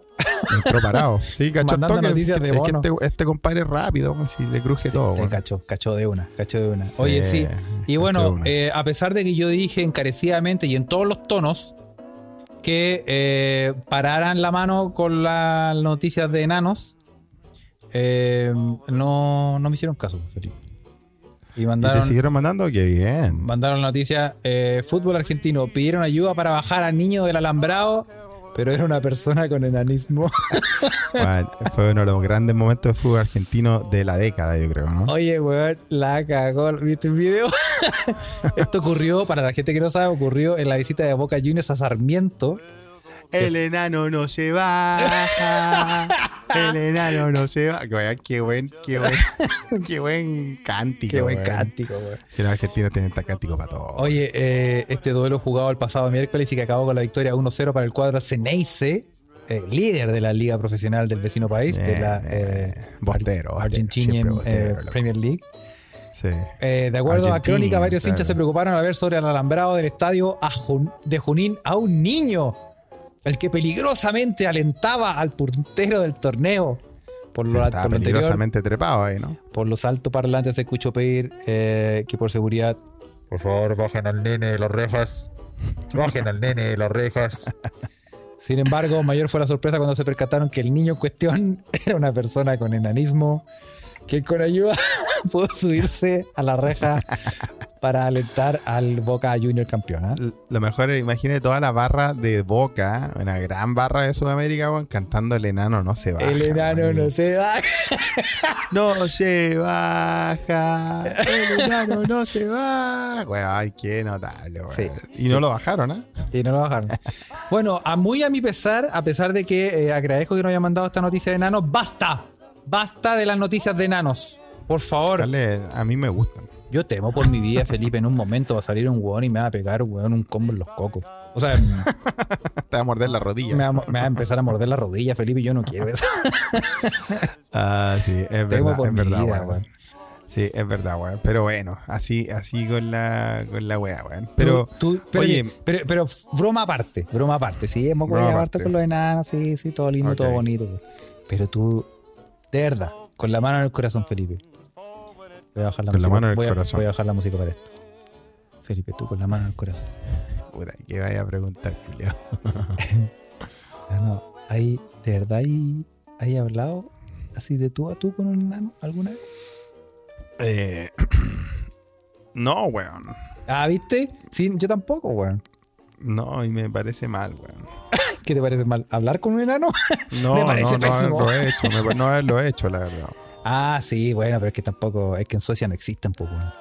Speaker 1: Entró parado. Sí,
Speaker 2: <laughs>
Speaker 1: cachó el
Speaker 2: Mandando
Speaker 1: toque.
Speaker 2: noticias
Speaker 1: Es que-
Speaker 2: de
Speaker 1: es que
Speaker 2: bono.
Speaker 1: este, este compadre es rápido, weón, si le cruje
Speaker 2: Sí,
Speaker 1: todo,
Speaker 2: le
Speaker 1: weón.
Speaker 2: cachó, cachó de una, cachó de una. Oye, sí. Y
Speaker 1: cachó de
Speaker 2: bueno,
Speaker 1: una.
Speaker 2: eh, a pesar de que yo dije encarecidamente y en todos los tonos que eh, pararan la mano con las noticias de enanos, eh, no, no me hicieron caso, Felipe. Y
Speaker 1: ¿Y te
Speaker 2: mandaron,
Speaker 1: siguieron mandando? ¡Qué bien!
Speaker 2: mandaron la noticia, eh, fútbol argentino, pidieron ayuda para bajar al niño del alambrado, pero era una persona con enanismo. <laughs>
Speaker 1: Bueno, fue uno de los grandes momentos de fútbol argentino de la década, yo creo, ¿no?
Speaker 2: Oye, weón, la cagó. ¿Viste el video? <laughs> Esto ocurrió, para la gente que no sabe, ocurrió en la visita de Boca Juniors a Sarmiento.
Speaker 1: El enano no se va. El enano no se va. Weón, qué buen, qué buen, qué buen cántico.
Speaker 2: Qué buen
Speaker 1: weón.
Speaker 2: cántico, weón.
Speaker 1: Que los argentinos tienen este cántico para todo.
Speaker 2: Oye, eh, este duelo jugado el pasado miércoles y que acabó con la victoria 1-0 para el cuadro Ceneice, eh, líder de la liga profesional del vecino país, de la
Speaker 1: Bien,
Speaker 2: eh,
Speaker 1: bien. Bostero, bostero,
Speaker 2: Argentina
Speaker 1: siempre
Speaker 2: eh,
Speaker 1: bostero, loco.
Speaker 2: Premier League.
Speaker 1: Sí.
Speaker 2: Eh, de acuerdo a
Speaker 1: Argentina,
Speaker 2: Crónica, varios
Speaker 1: claro.
Speaker 2: hinchas se preocuparon al ver sobre el alambrado del estadio a Jun- de Junín a un niño, el que peligrosamente alentaba al puntero del torneo. Por lo,
Speaker 1: Estaba
Speaker 2: por lo anterior,
Speaker 1: peligrosamente trepado ahí, ¿no?
Speaker 2: por los altoparlantes se escuchó pedir eh, que por seguridad
Speaker 3: Por favor, bajen al nene de las rejas. Bajen al nene de las rejas.
Speaker 2: Sin embargo, mayor fue la sorpresa cuando se percataron que el niño en cuestión <laughs> era una persona con enanismo que con ayuda <laughs> pudo subirse a la reja para alentar al Boca Junior campeón. ¿ah?
Speaker 1: Lo mejor, es, imagínate toda la barra de Boca, una gran barra de Sudamérica, weón, cantando El enano no se va.
Speaker 2: El enano
Speaker 1: weón.
Speaker 2: no se va.
Speaker 1: No se baja. El enano no se baja. Weón, ay, qué notable, weón.
Speaker 2: Sí,
Speaker 1: y no lo bajaron, ¿ah?
Speaker 2: Y no lo bajaron. Bueno, a muy a mi pesar, a pesar de que eh, agradezco que nos haya mandado esta noticia de enanos, basta. Basta de las noticias de enanos. Por favor.
Speaker 1: Dale, a mí me gustan. <laughs>
Speaker 2: Yo temo por mi vida, Felipe. En un momento va a salir un hueón y me va a pegar, hueón, un combo en los cocos. O sea,
Speaker 1: Te va a morder la rodilla.
Speaker 2: Me va, a- me va a empezar a morder la rodilla, Felipe. Yo no quiero eso.
Speaker 1: Ah, sí, es
Speaker 2: Temo
Speaker 1: verdad,
Speaker 2: por
Speaker 1: es
Speaker 2: mi
Speaker 1: verdad,
Speaker 2: vida,
Speaker 1: weón.
Speaker 2: weón.
Speaker 1: Sí, es verdad, weón. Pero bueno, así, así con la, con la weá, weón. Pero,
Speaker 2: Tú- tú- pero,
Speaker 1: oye,
Speaker 2: pero, pero broma aparte, broma aparte. Sí, hemos
Speaker 1: Broma
Speaker 2: aparte.
Speaker 1: aparte.
Speaker 2: con los enanos, sí, sí, todo lindo, todo
Speaker 1: Ok.
Speaker 2: bonito. weón. Pero tú, de verdad, con la mano en el corazón, Felipe. Voy a bajar la
Speaker 1: Con la
Speaker 2: música.
Speaker 1: mano en el
Speaker 2: voy, a,
Speaker 1: corazón.
Speaker 2: voy a bajar la música para esto. Felipe, tú con la mano en el corazón.
Speaker 1: puta, que vaya a preguntar,
Speaker 2: <laughs>
Speaker 1: culiao.
Speaker 2: No, Ah, no, ahí, de verdad, ahí, ahí hablado así de tú a tú con un enano alguna vez. <clears throat>
Speaker 1: Eh, no, weón.
Speaker 2: Ah, ¿viste? Sí, yo tampoco, weón.
Speaker 1: No, y me parece mal, weón.
Speaker 2: ¿Qué te parece mal? ¿Hablar con un enano? <laughs>
Speaker 1: No,
Speaker 2: Me
Speaker 1: no,
Speaker 2: parece
Speaker 1: no
Speaker 2: pésimo.
Speaker 1: haberlo hecho, me pa- no haberlo hecho, la verdad.
Speaker 2: Ah, sí, bueno, pero es que tampoco, es que en Suecia no existen, pues, weón.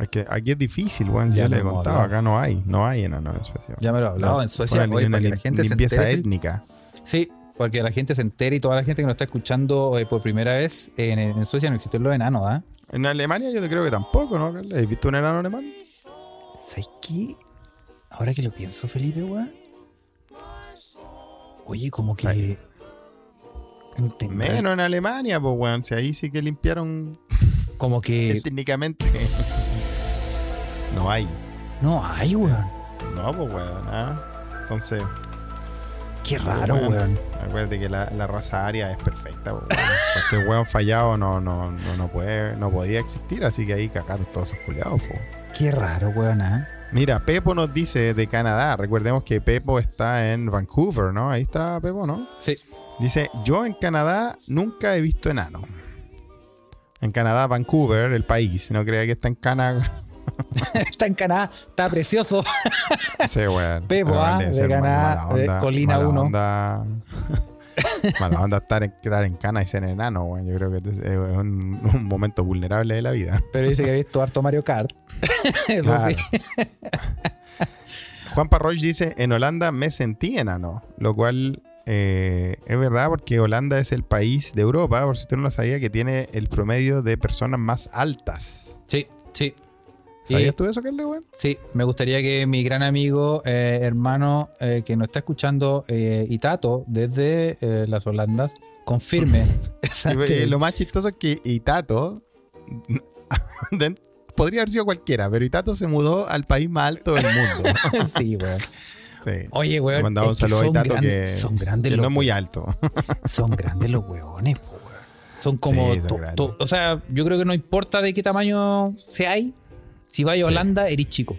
Speaker 1: Es que aquí es difícil, weón. Ya
Speaker 2: Ya lo
Speaker 1: le he
Speaker 2: hemos
Speaker 1: contado,
Speaker 2: hablado.
Speaker 1: acá no hay, no hay enano en Suecia.
Speaker 2: Ya me lo he hablado, en Suecia,
Speaker 1: Bueno,
Speaker 2: oye,
Speaker 1: ni
Speaker 2: para que
Speaker 1: una
Speaker 2: la gente se
Speaker 1: limpieza
Speaker 2: entere.
Speaker 1: étnica.
Speaker 2: Sí, porque la gente se entera y toda la gente que nos está escuchando eh, por primera vez, en, en Suecia no existen los enanos, ¿ah?
Speaker 1: En Alemania yo creo que tampoco, ¿no, Carla? ¿Has visto un enano alemán?
Speaker 2: ¿Sabes qué? Ahora que lo pienso, Felipe, weón. Oye, como que. Entender-
Speaker 1: Menos en Alemania, pues, weón. Si ahí sí que limpiaron
Speaker 2: Como que.
Speaker 1: técnicamente. <laughs> No hay.
Speaker 2: No hay, weón.
Speaker 1: No, pues, weón. ah. Entonces,
Speaker 2: Qué raro,
Speaker 1: Weón.
Speaker 2: weón.
Speaker 1: acuérdate que la, la raza aria es perfecta, pues, weón. Cualquier weón fallado no, no, no, no, puede, no podía existir, así que ahí cagaron todos esos culiados, pues.
Speaker 2: Qué raro, weón. ¿ah?
Speaker 1: Mira, Pepo nos dice de Canadá. Recordemos que Pepo está en Vancouver, ¿no? Ahí está Pepo, ¿no?
Speaker 2: Sí.
Speaker 1: Dice, yo en Canadá nunca he visto enano. En Canadá, Vancouver, el país. No crea que está en Canadá.
Speaker 2: <laughs>
Speaker 1: <laughs>
Speaker 2: está en Canadá, está precioso.
Speaker 1: Sí, weón.
Speaker 2: Pepo,
Speaker 1: Weón,
Speaker 2: ah,
Speaker 1: debe
Speaker 2: de
Speaker 1: ser mal-
Speaker 2: Canadá,
Speaker 1: mala
Speaker 2: de
Speaker 1: onda,
Speaker 2: Colina
Speaker 1: mala
Speaker 2: uno.
Speaker 1: Onda. <laughs> mala onda estar en, estar en Cana y ser enano, weón. Yo creo que es es un, un momento vulnerable de la vida.
Speaker 2: Pero dice que ha visto harto Mario Kart. <laughs> Eso sí.
Speaker 1: Juan Parroy dice, en Holanda me sentí enano, lo cual eh, es verdad porque Holanda es el país de Europa, por si usted no lo sabía, que tiene el promedio de personas más altas.
Speaker 2: Sí, sí.
Speaker 1: ¿Sabías
Speaker 2: Y-
Speaker 1: tú eso, Carlos? weón?
Speaker 2: Sí, me gustaría que mi gran amigo, eh, hermano, eh, que nos está escuchando, eh, Itato, desde eh, las Holandas,
Speaker 1: <laughs>
Speaker 2: confirme. <laughs>
Speaker 1: Y,
Speaker 2: esa
Speaker 1: eh,
Speaker 2: teoría.
Speaker 1: lo más chistoso es que Itato <laughs> den- podría haber sido cualquiera, pero Itato se mudó al país más alto del
Speaker 2: <laughs>
Speaker 1: mundo.
Speaker 2: <laughs> sí, weón.
Speaker 1: Sí.
Speaker 2: Oye,
Speaker 1: Le
Speaker 2: Oh, weón,
Speaker 1: mandaba un
Speaker 2: es que
Speaker 1: saludo a
Speaker 2: son,
Speaker 1: Itato
Speaker 2: gran-
Speaker 1: que,
Speaker 2: son grandes
Speaker 1: que no
Speaker 2: los
Speaker 1: es muy alto. <laughs>
Speaker 2: son grandes los huevones, po, weón. Son como.
Speaker 1: Sí, son
Speaker 2: to-
Speaker 1: grandes.
Speaker 2: to- o sea, yo creo que no importa de qué tamaño seáis, si vais a Holanda, eres chico.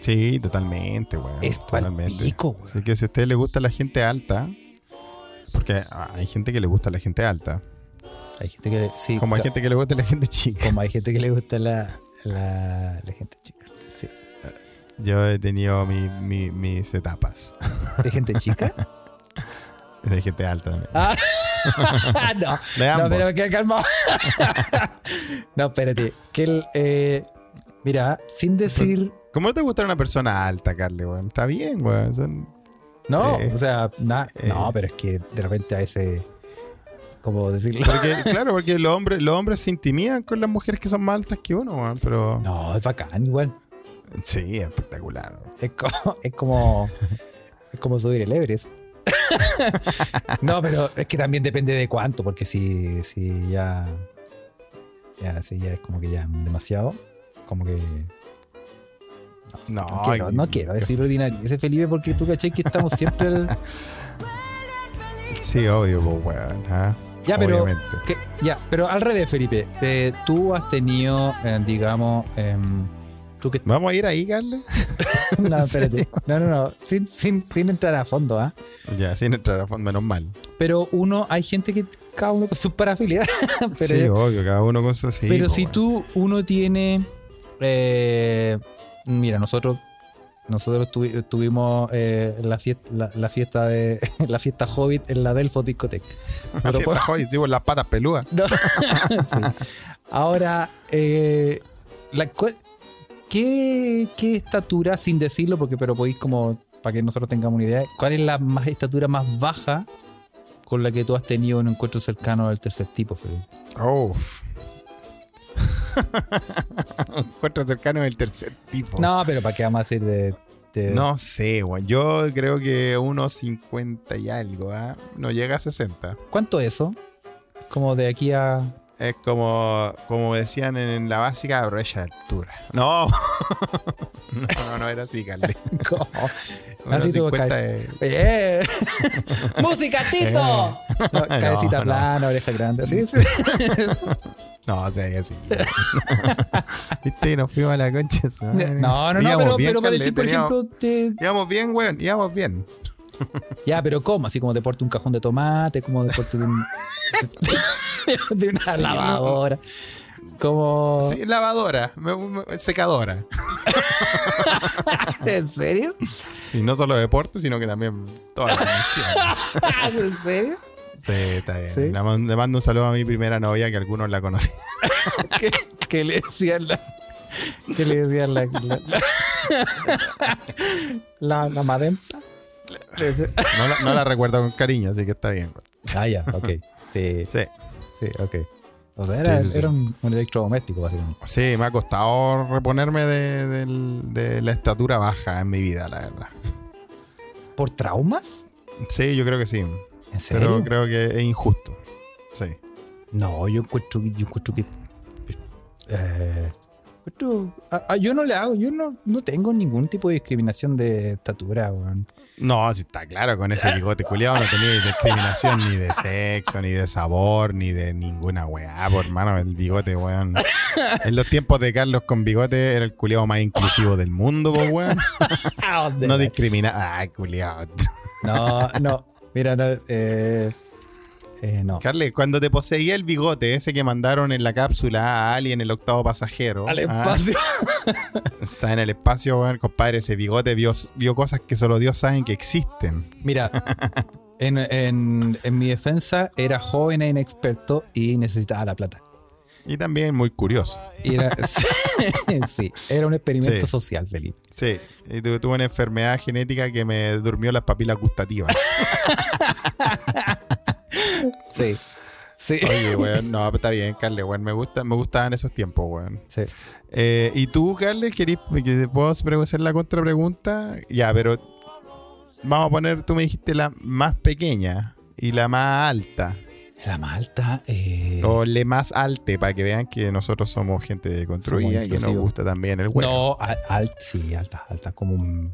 Speaker 1: Sí, totalmente, weón.
Speaker 2: Es pal
Speaker 1: totalmente.
Speaker 2: pico, weón.
Speaker 1: Así que si a usted le gusta la gente alta, porque ah, hay gente que le gusta la gente alta,
Speaker 2: Hay gente que. Sí,
Speaker 1: como hay
Speaker 2: ca-
Speaker 1: gente que le gusta la gente chica.
Speaker 2: como hay gente que le gusta la, la, la gente chica. Sí.
Speaker 1: Yo he tenido mi- mi- mis etapas
Speaker 2: ¿De
Speaker 1: <laughs>
Speaker 2: gente chica?
Speaker 1: de gente alta también.
Speaker 2: Ah, <laughs> no.
Speaker 1: De ambos.
Speaker 2: No, pero que calmado. <laughs> no, espérate. Que el, eh, mira, sin decir.
Speaker 1: ¿Cómo no te gusta una persona alta, Carly, weón? Está bien, weón. Son-
Speaker 2: No,
Speaker 1: Eh,
Speaker 2: o sea, na-
Speaker 1: eh.
Speaker 2: no, pero es que de repente a ese. ¿Cómo
Speaker 1: <laughs>
Speaker 2: decirlo?
Speaker 1: Porque, claro, porque los hombres, los hombres se intimidan con las mujeres que son más altas que uno, weón. Pero
Speaker 2: No, es bacán, igual.
Speaker 1: sí, espectacular.
Speaker 2: Es como, es como, es como subir el Everest. <laughs> no, pero es que también depende de cuánto, porque si, si ya, ya, si ya es como que ya demasiado, como que
Speaker 1: No,
Speaker 2: no quiero, no quiero decir ordinario. Ese Felipe, porque tú caché que estamos siempre al-
Speaker 1: <laughs> Sí, obvio, pues, weón. ah,
Speaker 2: Ya, pero
Speaker 1: Obviamente.
Speaker 2: que- ya, pero al revés, Felipe. Eh, tú has tenido, eh, digamos, em,
Speaker 1: <laughs>
Speaker 2: tú que
Speaker 1: ¿Vamos a ir ahí, Carly?
Speaker 2: no, espérate. no, no, no, sin, sin, sin entrar a fondo, ¿ah?
Speaker 1: Ya, sin entrar a fondo, menos mal.
Speaker 2: Pero uno, hay gente que cada uno con sus parafilias. <laughs> Pero
Speaker 1: sí, obvio, cada uno con su sí.
Speaker 2: Pero
Speaker 1: po,
Speaker 2: si
Speaker 1: weón.
Speaker 2: tú, uno tiene. eh, mira, nosotros. Nosotros tuvi- tuvimos eh, la, fiesta, la, la fiesta de <laughs> la fiesta Hobbit en la Delfos
Speaker 1: <laughs>
Speaker 2: Discoteca.
Speaker 1: Así
Speaker 2: Pero
Speaker 1: está, joder, sí, por las patas peludas.
Speaker 2: No.
Speaker 1: <laughs>
Speaker 2: Sí. Ahora, eh, la cu- ¿qué, qué estatura, sin decirlo, porque pero podéis como, para que nosotros tengamos una idea, cuál es la más, estatura más baja con la que tú has tenido un encuentro cercano al tercer tipo, Felipe?
Speaker 1: Oh. <laughs> Encuentro cercano del tercer tipo.
Speaker 2: No, pero para qué vamos a decir de... de-
Speaker 1: No sé, weón. Yo creo que unos 50 y algo, ¿ah? No llega a 60.
Speaker 2: ¿Cuánto eso? Como de aquí a...
Speaker 1: Es como, como decían en la básica, pero ella era altura. No. <laughs> no, no era así,
Speaker 2: <laughs>
Speaker 1: Carly.
Speaker 2: como-
Speaker 1: Unos
Speaker 2: Así tuvo
Speaker 1: 50
Speaker 2: cabeza.
Speaker 1: es- <laughs>
Speaker 2: ¡Eh! ¡Música, Tito! No, cabecita
Speaker 1: Eh. no.
Speaker 2: plana, oreja grande. Sí, sí.
Speaker 1: No, o sea,
Speaker 2: <laughs>
Speaker 1: así. Viste, nos fuimos a la concha. de su madre.
Speaker 2: No, no, no,
Speaker 1: Íbamos
Speaker 2: pero,
Speaker 1: bien,
Speaker 2: pero para
Speaker 1: Carly,
Speaker 2: decir, por
Speaker 1: teníamos-
Speaker 2: ejemplo, de-
Speaker 1: Íbamos bien, weón, íbamos bien.
Speaker 2: Ya, pero ¿cómo? Así como deporte un cajón de tomate, como deporte
Speaker 1: <laughs>
Speaker 2: de, un- de una
Speaker 1: Sí,
Speaker 2: lavadora. Como.
Speaker 1: Sí, lavadora, me- me- secadora.
Speaker 2: ¿En serio? <laughs>
Speaker 1: Y no solo deporte, sino que también toda la
Speaker 2: <laughs>
Speaker 1: condición.
Speaker 2: ¿En serio?
Speaker 1: Sí, está bien.
Speaker 2: Sí.
Speaker 1: Le man- le mando un saludo a mi primera novia, que algunos la conocen.
Speaker 2: ¿Qué, qué le decían la. ¿Qué le decían la. La, la, <laughs> la- la mademsa?
Speaker 1: <laughs>
Speaker 2: Le decían-
Speaker 1: No la, Ah, no la recuerdo con cariño, así que está bien.
Speaker 2: Ah, ya, ok. Sí,
Speaker 1: Sí.
Speaker 2: sí, ok. O sea, era,
Speaker 1: Sí, sí, sí.
Speaker 2: era un, un electrodoméstico, básicamente.
Speaker 1: Sí, me ha costado reponerme de, del- de la estatura baja en mi vida, la verdad.
Speaker 2: ¿Por traumas?
Speaker 1: Sí, yo creo que sí.
Speaker 2: ¿En serio?
Speaker 1: Pero creo que es injusto. Sí.
Speaker 2: No, yo encuentro, que- yo encuentro que. eh, encuentro- a- a- yo no le hago, yo no, no tengo ningún tipo de discriminación de estatura,
Speaker 1: <laughs>
Speaker 2: weón.
Speaker 1: No, sí está claro, con ese bigote culiado no tenía discriminación ni de sexo, ni de sabor, ni de ninguna weá, por hermano, el bigote, weón. En los tiempos de Carlos con bigote era el culiado más inclusivo del mundo, po, weón. No
Speaker 2: no,
Speaker 1: discrimina. Ay, culiado.
Speaker 2: no, no, mira, no. Eh, eh, no.
Speaker 1: Carles, cuando te poseía el bigote, ese que mandaron en la cápsula a Ali en el octavo pasajero.
Speaker 2: Al
Speaker 1: ah,
Speaker 2: espacio.
Speaker 1: está en el espacio, weón, compadre, ese bigote vio, vio cosas que solo Dios saben que existen.
Speaker 2: Mira, en, en- en mi defensa era joven e inexperto y necesitaba la plata.
Speaker 1: Y también muy curioso.
Speaker 2: Y Era, <laughs> sí, era un experimento
Speaker 1: Sí.
Speaker 2: social, Felipe.
Speaker 1: Sí, y tu- tuve una enfermedad genética que me durmió las papilas gustativas.
Speaker 2: Sí. Sí. <laughs>
Speaker 1: Oye, weón, no, pero está bien, Carles, weón, me, gusta, me gustaban esos tiempos, weón.
Speaker 2: Sí.
Speaker 1: Eh, y tú, Carles, querís, que te puedo pre- hacer la contrapregunta? Ya, pero vamos a poner, tú me dijiste la más pequeña y la más alta,
Speaker 2: La Malta. Eh,
Speaker 1: o le más alte, para que vean que nosotros somos gente de construida y que nos
Speaker 2: inclusivos.
Speaker 1: gusta también el weón.
Speaker 2: No, al, al- sí, altas, altas, como un-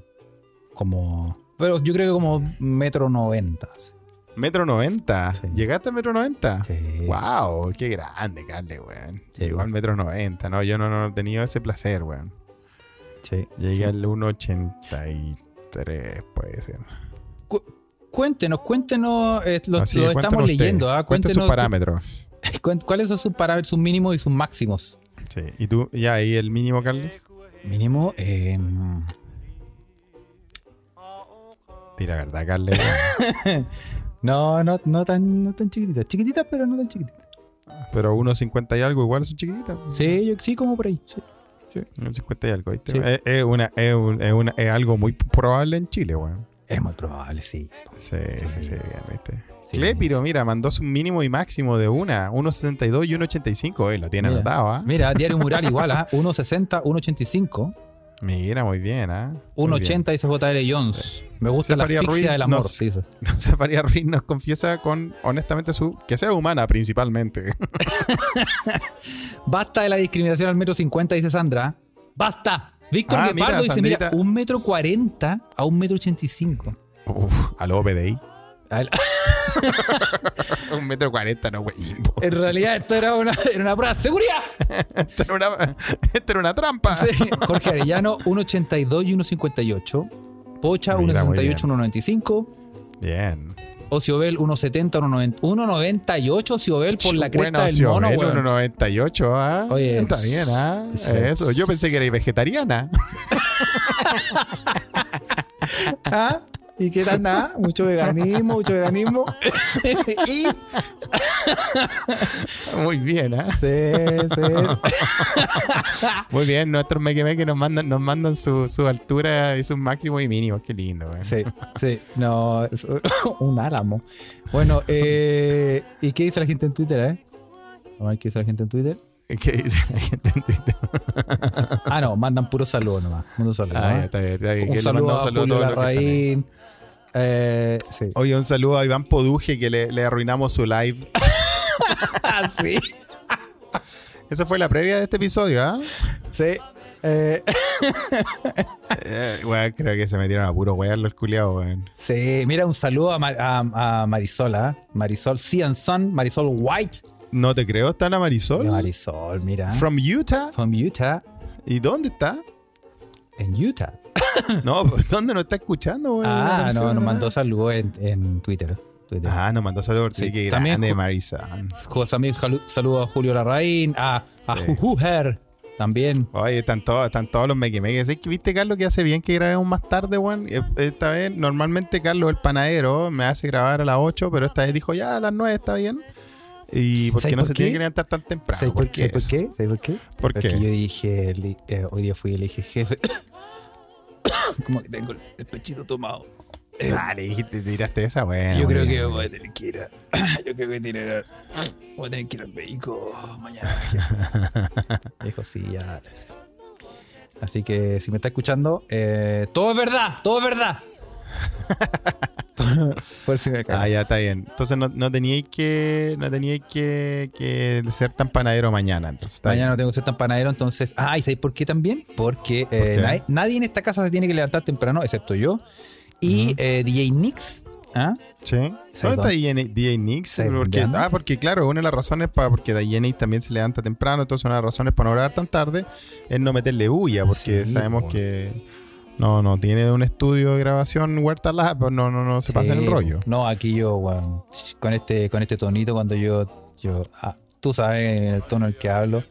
Speaker 2: como. Pero yo creo que como metro noventa. sí.
Speaker 1: Metro 90,
Speaker 2: Sí.
Speaker 1: llegaste a metro 90.
Speaker 2: Sí.
Speaker 1: Wow, qué grande, Carle, weón.
Speaker 2: Eh, Sí,
Speaker 1: Igual
Speaker 2: weón.
Speaker 1: metro 90, ¿no? Yo no, no he tenido ese placer, weón.
Speaker 2: sí,
Speaker 1: Llegué
Speaker 2: sí.
Speaker 1: al 1.83, puede ser.
Speaker 2: Cu- Cuéntenos, cuéntenos, eh, lo,
Speaker 1: Así
Speaker 2: lo
Speaker 1: es,
Speaker 2: estamos
Speaker 1: cuéntenos
Speaker 2: leyendo,
Speaker 1: ustedes,
Speaker 2: ¿ah?
Speaker 1: cuenten sus
Speaker 2: Cuéntenos
Speaker 1: parámetros.
Speaker 2: <laughs> cu- cuen- cuáles son sus parámetros, sus mínimos y sus máximos.
Speaker 1: Sí. ¿Y tú, ya ahí el mínimo, Carles?
Speaker 2: Mínimo, eh, mm,
Speaker 1: Tira, ¿verdad, Carles?
Speaker 2: <laughs> no, no, no tan, no tan chiquititas, chiquititas, pero no tan chiquititas.
Speaker 1: Pero 1.50 y algo, igual son chiquititas.
Speaker 2: Sí, yo sí, como por ahí. sí.
Speaker 1: 1.50 y algo, ¿viste?
Speaker 2: Sí.
Speaker 1: Es, es una, es, un- es una- es algo muy probable en Chile, weón.
Speaker 2: Es muy probable, sí.
Speaker 1: Sí, sí,
Speaker 2: Sí.
Speaker 1: sí, bien, ¿viste?
Speaker 2: Sí.
Speaker 1: Clépiro, mira, mandó su mínimo y máximo de una, 1.62 y 1.85, eh, lo tiene
Speaker 2: Mira.
Speaker 1: anotado, ¿ah?
Speaker 2: Mira, diario mural igual, ¿ah? 1.60, 1.85.
Speaker 1: Mira, muy bien, ¿ah? Muy bien.
Speaker 2: 1.80 dice JL Jones. Me gusta
Speaker 1: Sí,
Speaker 2: la
Speaker 1: Faría
Speaker 2: asfixia
Speaker 1: Ruiz
Speaker 2: del amor.
Speaker 1: nos-
Speaker 2: dice.
Speaker 1: <laughs> José Faría Ruiz nos confiesa con, honestamente, su que sea humana principalmente. <laughs>
Speaker 2: Basta de la discriminación al metro 50, dice Sandra. ¡Basta! Víctor
Speaker 1: Ah, mira,
Speaker 2: Guepardo dice, mira,
Speaker 1: Sandrita.
Speaker 2: un metro 40 a un metro 85.
Speaker 1: Uf, a lo
Speaker 2: <laughs>
Speaker 1: PDI.
Speaker 2: Al-
Speaker 1: Un metro cuarenta, no, <laughs> güey.
Speaker 2: En realidad esto era una, era una prueba de seguridad.
Speaker 1: Esta era una, <laughs> esta era una trampa. <laughs>
Speaker 2: Sí. Jorge Arellano, 1.82 y 1.58. Pocha,
Speaker 1: Mira, muy
Speaker 2: 1.68, 1.95.
Speaker 1: Bien.
Speaker 2: Ociobel, 1.70, 1.90. 1.98 Ociobel por la
Speaker 1: Bueno,
Speaker 2: cresta del
Speaker 1: Xiomel,
Speaker 2: mono, weón.
Speaker 1: 1.98, ¿ah?
Speaker 2: Oye,
Speaker 1: Está bien, ¿ah?
Speaker 2: sí.
Speaker 1: Eso. Yo pensé que era vegetariana. <laughs>
Speaker 2: ¿Ah? ¿Y qué tal nada? Mucho veganismo,
Speaker 1: <laughs>
Speaker 2: mucho veganismo. <laughs> y.
Speaker 1: Muy bien, ¿ah?
Speaker 2: Sí, sí.
Speaker 1: Muy bien. Nuestros mequemeques nos mandan, nos mandan su, su altura y sus máximos y mínimos. Qué lindo, güey.
Speaker 2: Sí, sí. No, es <laughs> un álamo. Bueno, eh, ¿y qué dice la gente en Twitter, eh? Vamos a ver qué dice la gente en Twitter.
Speaker 1: <laughs> ¿Qué dice la gente en Twitter?
Speaker 2: Ah, no, mandan puros saludos nomás. Puros saludos,
Speaker 1: Ah,
Speaker 2: ¿no?
Speaker 1: ya, está bien, está bien.
Speaker 2: Un
Speaker 1: Que le
Speaker 2: saludo
Speaker 1: mandamos
Speaker 2: a
Speaker 1: saludos
Speaker 2: Julio
Speaker 1: todos los que están ahí.
Speaker 2: Larraín. Eh,
Speaker 1: <laughs>
Speaker 2: sí.
Speaker 1: Oye, un saludo a Iván Poduje que le, le arruinamos su live.
Speaker 2: Ah, sí.
Speaker 1: Esa fue la previa de este episodio, ¿ah?
Speaker 2: Sí. Eh,
Speaker 1: Eh, weón, creo que se metieron a puro weón los culiados, weón.
Speaker 2: sí, mira, un saludo a, Mar- a- a Marisol, ¿ah? Marisol Cian Sun, Marisol White.
Speaker 1: No te creo, está Ana
Speaker 2: De
Speaker 1: Marisol.
Speaker 2: Marisol, ¿ah? mira.
Speaker 1: Oh. From Utah.
Speaker 2: From Utah,
Speaker 1: ¿Y dónde está?
Speaker 2: en Utah.
Speaker 1: No, <laughs> ¿dónde no está escuchando, weón? Ana
Speaker 2: Ah,
Speaker 1: Marisol,
Speaker 2: no, nos
Speaker 1: weón?
Speaker 2: mandó saludos en, en Twitter. Twitter.
Speaker 1: Ah, nos mandó saludos. Sí,
Speaker 2: Sí,
Speaker 1: que
Speaker 2: también
Speaker 1: grande,
Speaker 2: ju-
Speaker 1: Marisa.
Speaker 2: Jo- También salu- saludos a Julio Larraín, a, a
Speaker 1: Sí.
Speaker 2: Jujuher también.
Speaker 1: Oye, están todos, están todos los mequimeques. Es que viste, Carlos, que hace bien que grabemos más tarde, weón. E- Esta vez, normalmente, Carlos, el panadero, me hace grabar a las 8, pero esta vez dijo, ya, a las 9 está bien. ¿Y por qué
Speaker 2: ¿Sabes
Speaker 1: no
Speaker 2: por
Speaker 1: se
Speaker 2: qué?
Speaker 1: tiene que levantar tan temprano?
Speaker 2: ¿Sabes por,
Speaker 1: ¿Por qué
Speaker 2: sabes por
Speaker 1: eso?
Speaker 2: qué? ¿Sabes por qué?
Speaker 1: ¿Por
Speaker 2: Porque
Speaker 1: qué?
Speaker 2: yo dije, li- <coughs> eh, hoy día fui y le dije, jefe, como que tengo el- el pechito tomado.
Speaker 1: Dale, dijiste, tiraste esa, bueno.
Speaker 2: Yo creo
Speaker 1: bien.
Speaker 2: que voy a tener que ir a, <coughs> Yo creo que tiene voy a tener que ir al médico mañana. <laughs> Dijo, sí, ya. le decía. Así que si me está escuchando, eh, todo es verdad, todo es <laughs> verdad. Por si me cae.
Speaker 1: Ah, ya está bien. Entonces no, no teníais que no teníais que, que ser tan panadero mañana. Entonces, está
Speaker 2: Mañana no tengo que ser tan panadero, entonces. Ah, ¿y sabéis por qué también? Porque eh,
Speaker 1: qué?
Speaker 2: nadie, nadie en esta casa se tiene que levantar temprano, excepto yo. Y eh, DJ Nix. ¿ah?
Speaker 1: bien. Sí.
Speaker 2: ¿Sabes
Speaker 1: ¿Dónde está DJ, DJ Nix?
Speaker 2: ¿Sabes
Speaker 1: Porque-
Speaker 2: dónde anda?
Speaker 1: ah, porque claro, una de las razones para porque DJ Nix también se levanta temprano, entonces una de las razones para no orar tan tarde es no meterle bulla, porque
Speaker 2: Sí,
Speaker 1: sabemos
Speaker 2: po.
Speaker 1: que no, no tiene un estudio de grabación Huerta Lab, pues no, no, no se pasa
Speaker 2: Sí,
Speaker 1: el rollo.
Speaker 2: No, aquí yo, weón, con este, con este tonito cuando yo, yo ah, tú sabes en el tono en el que hablo.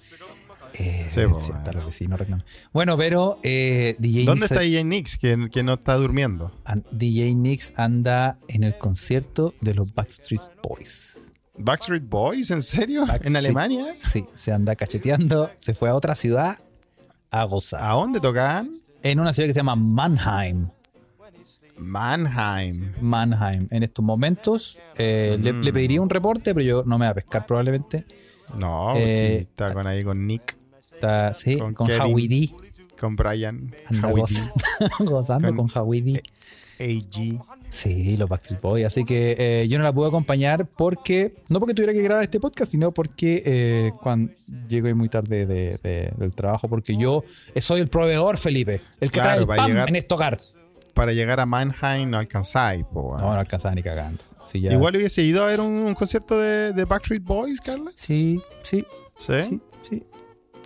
Speaker 2: Eh,
Speaker 1: Sí, po,
Speaker 2: sí,
Speaker 1: weón.
Speaker 2: tal vez sí, no reclamo. Bueno, pero eh, DJ,
Speaker 1: ¿Dónde
Speaker 2: Nix,
Speaker 1: está DJ Nix que, que no está durmiendo?
Speaker 2: an- DJ Nix anda en el concierto de los Backstreet Boys.
Speaker 1: Backstreet Boys, ¿en serio?
Speaker 2: Backstreet-
Speaker 1: ¿En Alemania?
Speaker 2: Sí, se anda cacheteando, se fue a otra ciudad a gozar.
Speaker 1: ¿A dónde tocan?
Speaker 2: En una ciudad que se llama Mannheim.
Speaker 1: Mannheim.
Speaker 2: Mannheim. En estos momentos eh, le,
Speaker 1: Mm.
Speaker 2: le pediría un reporte, pero yo no me va a pescar probablemente.
Speaker 1: No,
Speaker 2: Eh,
Speaker 1: sí, está con ahí con Nick,
Speaker 2: Está, sí,
Speaker 1: Con
Speaker 2: con,
Speaker 1: Kevin.
Speaker 2: Howie D.
Speaker 1: con Brian,
Speaker 2: Anda
Speaker 1: Howie D,
Speaker 2: gozando, <laughs> gozando
Speaker 1: Con- Eh.
Speaker 2: con, Howie D.
Speaker 1: AG.
Speaker 2: Sí, los Backstreet Boys. Así que eh, yo no la pude acompañar porque, no porque tuviera que grabar este podcast, sino porque eh, cuando llegué muy tarde de- de- del trabajo, porque yo eh, soy el proveedor, Felipe, el que
Speaker 1: Claro,
Speaker 2: trae el
Speaker 1: para
Speaker 2: pan
Speaker 1: llegar-
Speaker 2: en este hogar.
Speaker 1: Para llegar a Mannheim no alcanzáis, po, weón.
Speaker 2: No, no alcanzaba ni cagando. Sí, ya.
Speaker 1: Ah. Igual hubiese ido a ver un, un concierto de, de Backstreet Boys, Carla.
Speaker 2: Sí, sí,
Speaker 1: ¿Sí?
Speaker 2: sí,
Speaker 1: sí.
Speaker 2: sí.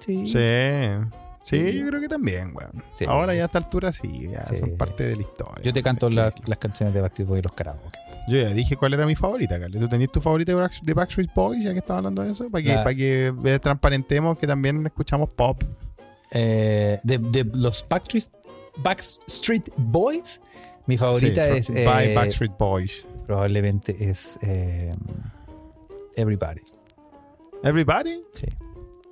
Speaker 2: Sí.
Speaker 1: ¿Eh? Sí. yo creo que también, weón.
Speaker 2: Sí.
Speaker 1: Ahora ya a esta altura sí, ya
Speaker 2: Sí.
Speaker 1: son parte de la historia.
Speaker 2: Yo te canto
Speaker 1: Tranquilo.
Speaker 2: la- las canciones de Backstreet Boys y los karaoke.
Speaker 1: Yo ya dije cuál era mi favorita, Carla. ¿Tú tenías tu favorita de Back- de Backstreet Boys, ya que estaba hablando de eso? Para que,
Speaker 2: La-
Speaker 1: para que eh, transparentemos que también escuchamos pop.
Speaker 2: Eh, de, de los Backstreet, Backstreet Boys, mi favorita
Speaker 1: Sí,
Speaker 2: es.
Speaker 1: fr- By
Speaker 2: eh,
Speaker 1: Backstreet Boys.
Speaker 2: probablemente es eh, Everybody.
Speaker 1: Everybody.
Speaker 2: Sí.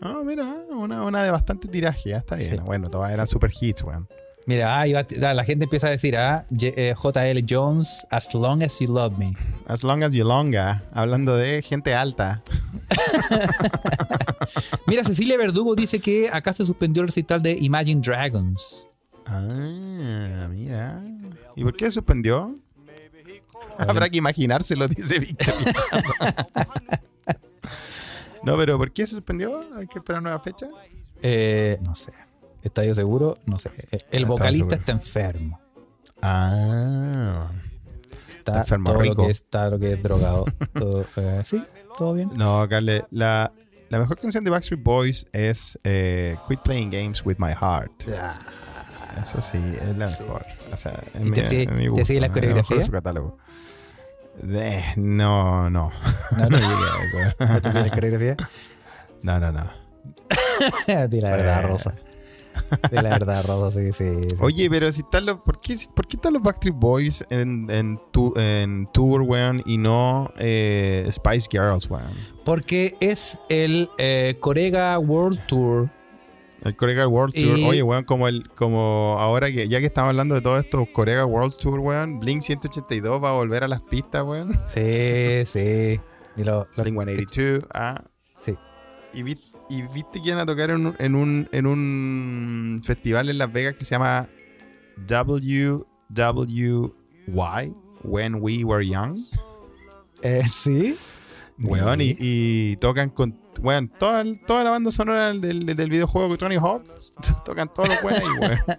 Speaker 1: Ah, mira, una, una de bastante tiraje, ya está bien.
Speaker 2: Sí.
Speaker 1: Bueno, todas eran super hits, weón.
Speaker 2: Mira, ah, iba a- la gente empieza a decir, ah, J- eh, JL Jones, As Long As You Love Me.
Speaker 1: As long as you longa, hablando de gente alta.
Speaker 2: Mira, Cecilia Verdugo dice que acá se suspendió el recital de Imagine Dragons.
Speaker 1: Ah, mira. ¿Y por qué suspendió? Habrá que imaginárselo, dice Víctor. <laughs> no, pero ¿por qué se suspendió? Hay que esperar nueva fecha.
Speaker 2: Eh, no sé. ¿Estadio seguro? No sé. Eh, El
Speaker 1: Ah,
Speaker 2: vocalista
Speaker 1: estaba seguro.
Speaker 2: está enfermo.
Speaker 1: Ah.
Speaker 2: Está
Speaker 1: enfermo
Speaker 2: todo
Speaker 1: rico.
Speaker 2: Lo que es- está lo que es drogado. Todo, eh, sí, todo bien.
Speaker 1: No, Carle, la, la mejor canción de Backstreet Boys es eh, Quit Playing Games with My Heart. Eso sí, es la mejor. O sea, es
Speaker 2: ¿Y te
Speaker 1: mi-
Speaker 2: sigue-
Speaker 1: es mi
Speaker 2: te
Speaker 1: gusto,
Speaker 2: sigue la
Speaker 1: es mejor de
Speaker 2: coreografía?
Speaker 1: su catálogo. De- no, no.
Speaker 2: No te ¿No te sigue la coreografía?
Speaker 1: No, no, no.
Speaker 2: De la verdad, Rosa. De la verdad, Rosa, sí, sí. sí.
Speaker 1: Oye, pero si están los. ¿Por qué, por qué están los Backstreet Boys en, en, tu, en Tour, weón, y no eh, Spice Girls, weón?
Speaker 2: Porque es el eh, Corega World Tour.
Speaker 1: El Corega World
Speaker 2: Y-
Speaker 1: Tour. Oye, weón, como el, como ahora que ya que estamos hablando de todo esto, Corega World Tour, weón, Blink 182 va a volver a las pistas, weón.
Speaker 2: Sí, sí. Y lo- lo-
Speaker 1: Blink 182, ah.
Speaker 2: Sí.
Speaker 1: Y, vi- y viste que iban a tocar en un, en un, en un festival en Las Vegas que se llama WWY, When We Were Young.
Speaker 2: Eh, sí.
Speaker 1: Weón, y, y tocan con. Weón, toda, el- toda la banda sonora del, del- del videojuego de Tony Hawk. <laughs> Tocan todos los weones ahí, weón.
Speaker 2: <laughs>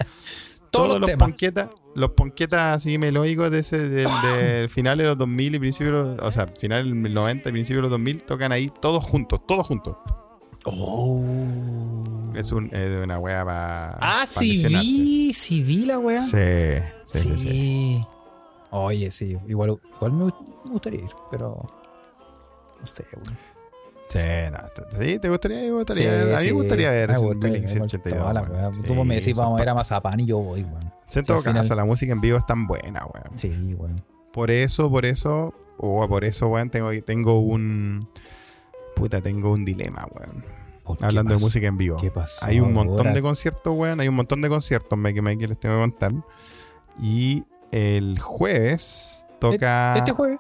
Speaker 2: Todos los
Speaker 1: los
Speaker 2: temas.
Speaker 1: ponquetas. Los ponquetas así melódicos de ese,
Speaker 2: <laughs>
Speaker 1: del, del final de los 2000 y principio. de los- O sea, final del 90 y principio de los 2000. Tocan ahí todos juntos, todos juntos.
Speaker 2: Oh.
Speaker 1: Es, un, es una wea para.
Speaker 2: Ah, sí vi, sí vi la wea.
Speaker 1: Sí, sí, sí. sí.
Speaker 2: Oye, sí. Igual, igual me gust- me gustaría ir, pero. No sé, weón.
Speaker 1: Sí, no, t- sí, te gustaría, me
Speaker 2: Sí,
Speaker 1: gustaría. a mí
Speaker 2: sí.
Speaker 1: me gustaría ver
Speaker 2: Me
Speaker 1: ese
Speaker 2: gusta,
Speaker 1: Blink
Speaker 2: me gusta
Speaker 1: 182,
Speaker 2: toda la
Speaker 1: weón.
Speaker 2: wea.
Speaker 1: Sí,
Speaker 2: Tú me decís,
Speaker 1: son
Speaker 2: vamos a ir
Speaker 1: pa-
Speaker 2: a Mazapán y yo voy, weón.
Speaker 1: En todo
Speaker 2: al final-
Speaker 1: caso, la música en vivo es tan buena, weón.
Speaker 2: Sí, weón.
Speaker 1: Por eso, por eso, oh, por eso, weón, tengo, tengo un. Puta, tengo un dilema, weón.
Speaker 2: ¿Por qué
Speaker 1: Hablando de
Speaker 2: pasó?
Speaker 1: música en vivo.
Speaker 2: ¿Qué pasó?
Speaker 1: Hay un montón
Speaker 2: ahora?
Speaker 1: de conciertos, weón. Hay un montón de conciertos, me que me que les tengo que contar. Y El jueves toca.
Speaker 2: Este jueves.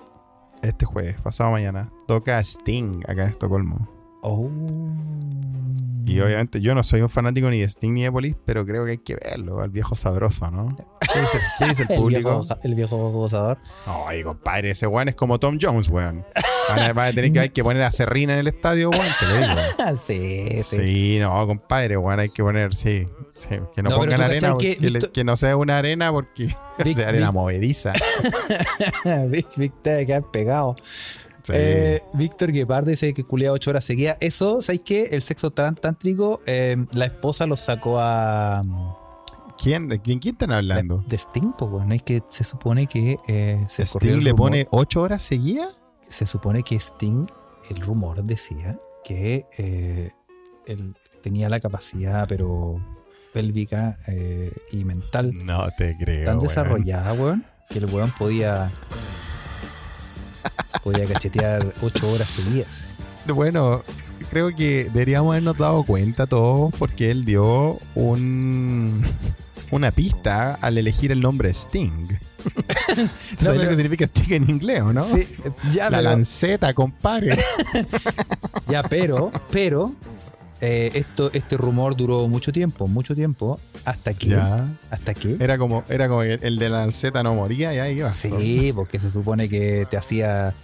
Speaker 1: este jueves, pasado mañana, toca Sting acá en Estocolmo.
Speaker 2: Oh. Mm.
Speaker 1: Y obviamente yo no soy un fanático ni de Sting ni de Police, pero creo que hay que verlo, al viejo sabroso, ¿no?
Speaker 2: <laughs>
Speaker 1: ¿Qué dice, qué dice el
Speaker 2: El viejo,
Speaker 1: público?
Speaker 2: goza- el viejo gozador. <laughs>
Speaker 1: Ay, compadre, ese weón es como Tom Jones, weón. Van a, van a tener que, hay que poner a Serrina en el estadio, weón, te lo digo.
Speaker 2: Ah, sí, sí.
Speaker 1: Sí, <laughs> no, compadre, weón, hay que poner, sí. sí, que no,
Speaker 2: No, pero
Speaker 1: pongan
Speaker 2: tú
Speaker 1: arena,
Speaker 2: cachai que
Speaker 1: porque le-
Speaker 2: Víctor-
Speaker 1: que no sea una arena porque <laughs>
Speaker 2: Vic-
Speaker 1: sea arena
Speaker 2: <laughs> Vic-
Speaker 1: movediza.
Speaker 2: Vic, Vic te va a quedar pegado.
Speaker 1: Sí.
Speaker 2: Eh, Víctor Guepardo dice que culea ocho horas seguidas. Eso, ¿sabes qué? El sexo tan tántrico, eh, la esposa lo sacó a. mm,
Speaker 1: ¿Quién, de quién, quién están hablando?
Speaker 2: De Sting, pues, bueno, es que se supone que. eh, se corrió
Speaker 1: ¿Sting
Speaker 2: el
Speaker 1: le
Speaker 2: rumor-
Speaker 1: pone ocho horas seguidas?
Speaker 2: Se supone que Sting, el rumor decía que eh, él tenía la capacidad, pero pélvica eh, y mental
Speaker 1: No te creo.
Speaker 2: tan
Speaker 1: weón.
Speaker 2: desarrollada, weón, que el weón
Speaker 1: <laughs>
Speaker 2: podía. podía cachetear ocho horas seguidas.
Speaker 1: Bueno, creo que deberíamos habernos dado cuenta todos porque él dio un, <laughs> una pista al elegir el nombre Sting. <laughs> ¿Tú ¿Sabes
Speaker 2: pero-
Speaker 1: lo que significa Sting en inglés o no?
Speaker 2: Sí, ya,
Speaker 1: La
Speaker 2: pero-
Speaker 1: lanceta,
Speaker 2: <laughs>
Speaker 1: compadre.
Speaker 2: Ya, pero, pero, eh, esto, este rumor duró mucho tiempo, mucho tiempo, hasta que,
Speaker 1: Ya.
Speaker 2: hasta que,
Speaker 1: Era como, era como el, el de la lanceta no moría y ahí iba.
Speaker 2: sí, porque se supone que te hacía,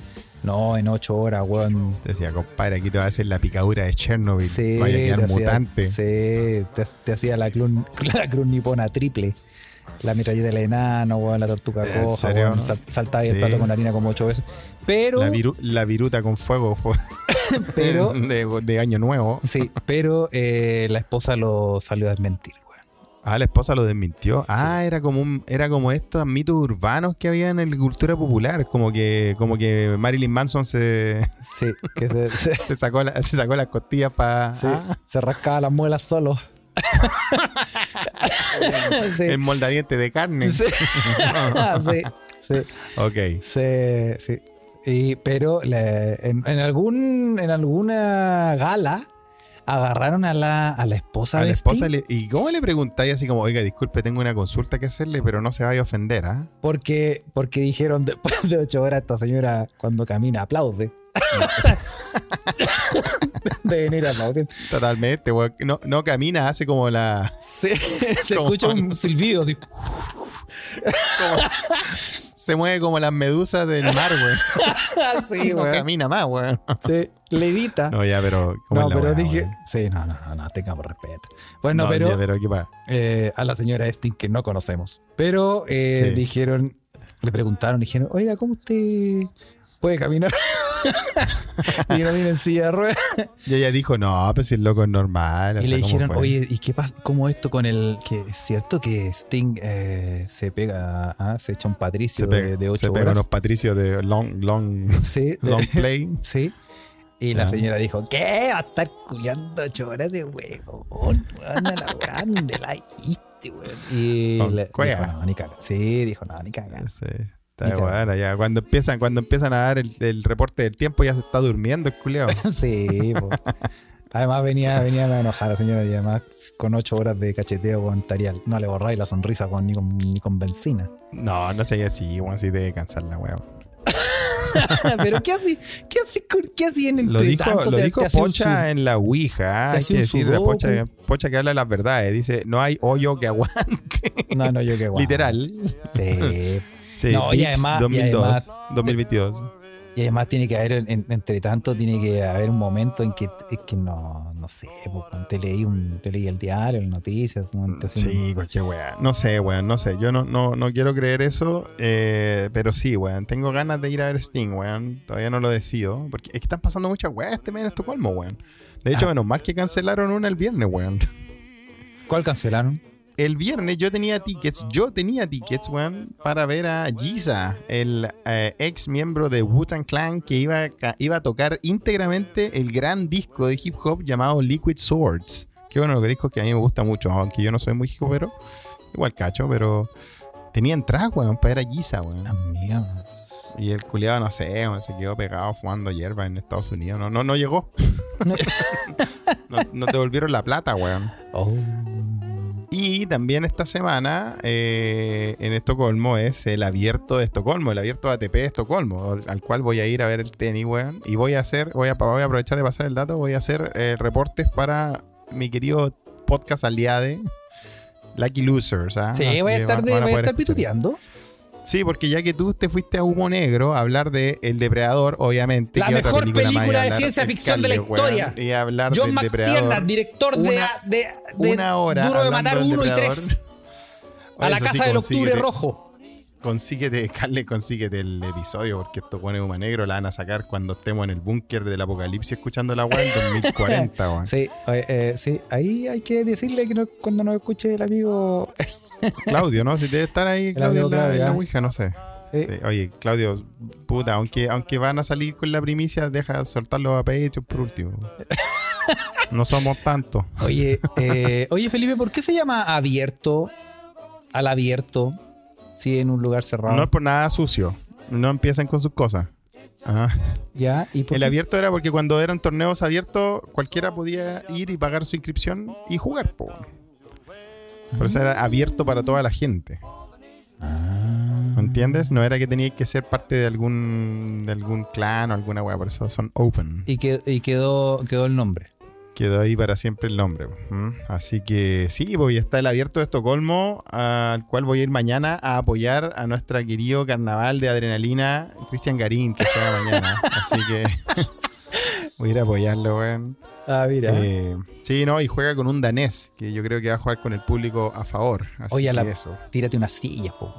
Speaker 2: no, en ocho horas, weón.
Speaker 1: Decía, compadre, aquí te va a hacer la picadura de Chernobyl.
Speaker 2: Sí,
Speaker 1: Vaya a quedar
Speaker 2: te hacía-
Speaker 1: mutante.
Speaker 2: sí, te, te hacía la cruz, <laughs> la cruz nipona triple. La metralleta del enano, weón, la tortuga
Speaker 1: ¿En
Speaker 2: coja,
Speaker 1: serio?
Speaker 2: weón, sal- saltaba y el
Speaker 1: Sí.
Speaker 2: plato con harina como ocho veces. Pero,
Speaker 1: La, viru- la viruta con fuego jo-
Speaker 2: <laughs>
Speaker 1: <laughs>
Speaker 2: pero,
Speaker 1: de, de año nuevo.
Speaker 2: sí, pero eh, la esposa lo salió a desmentir, weón.
Speaker 1: Ah, la esposa lo desmintió. Ah, era como un, era como estos mitos urbanos que había en la cultura popular, como que, como que Marilyn Manson se, <laughs>
Speaker 2: Sí, que se- se,
Speaker 1: se sacó la- se sacó las costillas ah, para
Speaker 2: Sí, se rascaba las
Speaker 1: <laughs>
Speaker 2: muelas solo. sí.
Speaker 1: el moldadiente de carne. <laughs>
Speaker 2: Sí. Ah, sí, sí,
Speaker 1: Ok.
Speaker 2: sí, sí. Y- pero le- en, en algún en alguna gala agarraron a la, a la esposa
Speaker 1: A
Speaker 2: de
Speaker 1: la esposa
Speaker 2: Sting,
Speaker 1: le- y cómo le preguntáis así como, oiga, disculpe, tengo una consulta que hacerle, pero no se vaya a ofender, ¿ah?
Speaker 2: porque porque dijeron después de ocho horas esta señora cuando
Speaker 1: <laughs>
Speaker 2: camina aplaude. de venir aplaudiendo.
Speaker 1: Totalmente, weón. no, no camina, hace como la <laughs>
Speaker 2: Sí, se
Speaker 1: ¿Cómo?
Speaker 2: escucha un
Speaker 1: <laughs>
Speaker 2: silbido así.
Speaker 1: se mueve como las medusas del mar,
Speaker 2: <laughs>
Speaker 1: weón.
Speaker 2: Sí,
Speaker 1: No
Speaker 2: weón.
Speaker 1: camina más, weón.
Speaker 2: Sí, levita.
Speaker 1: No, ya, pero ¿cómo
Speaker 2: No,
Speaker 1: es la
Speaker 2: pero
Speaker 1: weá,
Speaker 2: dije.
Speaker 1: weón?
Speaker 2: Sí, no, no, no, no, tengamos respeto. Bueno,
Speaker 1: No,
Speaker 2: pero
Speaker 1: ya, pero ¿qué pasa?
Speaker 2: eh, a la señora Sting, que no conocemos. Pero eh,
Speaker 1: Sí.
Speaker 2: dijeron, le preguntaron, dijeron, oiga, ¿cómo usted puede caminar? <laughs> y no viene en silla de ruedas.
Speaker 1: Y ella dijo, no, pues si el loco es normal. o
Speaker 2: Y
Speaker 1: sea,
Speaker 2: le
Speaker 1: ¿cómo
Speaker 2: dijeron,
Speaker 1: puede?".
Speaker 2: oye, ¿y qué pasa? ¿Cómo esto con el. que es cierto que Sting eh, se pega, ah, se echa un
Speaker 1: se
Speaker 2: patricio
Speaker 1: pega,
Speaker 2: de, de
Speaker 1: se
Speaker 2: ocho
Speaker 1: pega
Speaker 2: horas?
Speaker 1: unos patricios de long, long,
Speaker 2: Sí, <laughs> de-
Speaker 1: long
Speaker 2: <laughs>
Speaker 1: play.
Speaker 2: sí. Y la
Speaker 1: Ya.
Speaker 2: señora dijo, ¿qué? Va a estar culeando ocho horas de huevo. Anda la grande, la hiciste, weón. Y
Speaker 1: Con
Speaker 2: le,
Speaker 1: cuea.
Speaker 2: dijo, no, ni caga. Sí, dijo, no, ni caga.
Speaker 1: Sí, está
Speaker 2: Ni
Speaker 1: de
Speaker 2: cagando.
Speaker 1: buena, ya. Cuando empiezan, cuando empiezan a dar el, el reporte del tiempo, ya se está durmiendo el
Speaker 2: <laughs>
Speaker 1: culiao.
Speaker 2: <laughs> Sí, po. Además venía, venía a enojar la señora y además con ocho horas de cacheteo con Tarial. No le borráis la sonrisa con, ni, con, ni
Speaker 1: <laughs>
Speaker 2: con benzina.
Speaker 1: No, no sé así, weón, así de cansar la weá.
Speaker 2: Pero ¿qué así? ¿Qué así? ¿Qué así en
Speaker 1: Lo
Speaker 2: entre
Speaker 1: dijo,
Speaker 2: tanto?
Speaker 1: lo
Speaker 2: Te-
Speaker 1: dijo
Speaker 2: te hace un
Speaker 1: Pocha en la Ouija. Hay
Speaker 2: te hace
Speaker 1: que
Speaker 2: un
Speaker 1: decir, la
Speaker 2: sudoku.
Speaker 1: Pocha, Pocha que habla las verdades. Dice, no hay hoyo que <laughs> aguante.
Speaker 2: sur- No, no, yo qué
Speaker 1: <laughs>
Speaker 2: guay.
Speaker 1: Literal.
Speaker 2: Sí,
Speaker 1: Sí,
Speaker 2: No, y
Speaker 1: Pix
Speaker 2: además- y
Speaker 1: 2002,
Speaker 2: además-
Speaker 1: 2022.
Speaker 2: Y además tiene que haber, en- entre tanto, tiene que haber un momento en que, es que no, no sé, po, cuando te leí, un, te leí el diario, las noticias, como te hacen-
Speaker 1: Sí, cualquier weá. No sé, weón, no sé. Yo no, no, no quiero creer eso, eh, pero sí, weón. Tengo ganas de ir a ver Sting, weón. Todavía no lo decido. Porque es que están pasando muchas weas este mes en Estocolmo, weón. De hecho, menos mal que cancelaron una el viernes, weón.
Speaker 2: ¿Cuál cancelaron?
Speaker 1: El viernes yo tenía tickets, yo tenía tickets, weón, para ver a Giza, el eh, ex miembro de Wu-Tang Clan que iba a, ca- iba a tocar íntegramente el gran disco de hip hop llamado Liquid Swords. Que bueno, los discos que a mí me gusta mucho, aunque yo no soy muy hip hopero, igual cacho, pero tenía entradas, weón, para ver a Giza, weón.
Speaker 2: Amigo.
Speaker 1: Y el culiado, no sé, weón, se quedó pegado fumando hierba en Estados Unidos. No, no, no <laughs> llegó. no, no devolvieron la plata, weón.
Speaker 2: Oh.
Speaker 1: Y también esta semana eh, en Estocolmo es el abierto de Estocolmo, el abierto ATP de Estocolmo, al- al cual voy a ir a ver el tenis, weón. Y voy a hacer, voy a, voy a aprovechar de pasar el dato, voy a hacer eh, reportes para mi querido podcast aliade, Lucky Losers. ¿ah?
Speaker 2: Sí,
Speaker 1: Así
Speaker 2: voy a
Speaker 1: que
Speaker 2: estar,
Speaker 1: van-
Speaker 2: de,
Speaker 1: van
Speaker 2: voy a
Speaker 1: poder
Speaker 2: estar
Speaker 1: escuchar.
Speaker 2: pituteando.
Speaker 1: Sí, porque ya que tú te fuiste a Humo Negro a hablar de El Depredador, obviamente.
Speaker 2: La
Speaker 1: que otra
Speaker 2: mejor
Speaker 1: más, y
Speaker 2: película de
Speaker 1: hablar
Speaker 2: ciencia
Speaker 1: del
Speaker 2: ficción de la
Speaker 1: Carles, weón,
Speaker 2: historia.
Speaker 1: y hablar
Speaker 2: John
Speaker 1: del Depredador.
Speaker 2: McTiernan, director de,
Speaker 1: Una-
Speaker 2: de, de
Speaker 1: Una hora.
Speaker 2: Duro de
Speaker 1: hablando
Speaker 2: Matar
Speaker 1: del
Speaker 2: 1 y 3.
Speaker 1: Depredador.
Speaker 2: A la
Speaker 1: Eso sí,
Speaker 2: Casa del Octubre
Speaker 1: consíguete-
Speaker 2: Rojo.
Speaker 1: Consíguete, <laughs> Carles, consíguete el episodio, porque esto pone Humo Negro, la van a sacar cuando estemos en el búnker del apocalipsis escuchando la
Speaker 2: <laughs>
Speaker 1: weá en 2040, weón.
Speaker 2: Sí, eh, eh, sí, ahí hay que decirle que no- cuando nos escuche el amigo.
Speaker 1: Claudio, ¿no? Si debe estar ahí, Claudio,
Speaker 2: amigo
Speaker 1: en la, en
Speaker 2: Claudio,
Speaker 1: la
Speaker 2: ya.
Speaker 1: Ouija, no sé.
Speaker 2: Sí.
Speaker 1: Sí, Oye, Claudio, puta, aunque, aunque van a salir con la primicia, deja soltarlo a Patreon por
Speaker 2: <laughs>
Speaker 1: último. No somos tantos.
Speaker 2: Oye, eh, oye, Felipe, ¿por qué se llama abierto al abierto? Sí, en un lugar cerrado.
Speaker 1: No es por nada sucio. No empiecen con sus cosas. Ajá.
Speaker 2: ya, y por
Speaker 1: El
Speaker 2: qué-
Speaker 1: abierto era porque cuando eran torneos abiertos, cualquiera podía ir y pagar su inscripción y jugar. po. Por eso era abierto para toda la gente.
Speaker 2: Ah.
Speaker 1: ¿Entiendes? No era que tenía que ser parte de algún, de algún clan o alguna wea, por eso son open.
Speaker 2: y, que- y quedó, quedó el nombre.
Speaker 1: Quedó ahí para siempre el nombre. po. ¿Mm? Así que sí, voy a estar el abierto de Estocolmo, al cual voy a ir mañana a apoyar a nuestra querido carnaval de adrenalina, Cristian Garín, que está mañana. Así que <laughs> voy a ir a apoyarlo, weón.
Speaker 2: Ah, mira.
Speaker 1: Eh, sí, no, y juega con un danés, que yo creo que va a jugar con el público a favor. Así
Speaker 2: Oye, a la-
Speaker 1: que eso.
Speaker 2: Tírate una silla, po.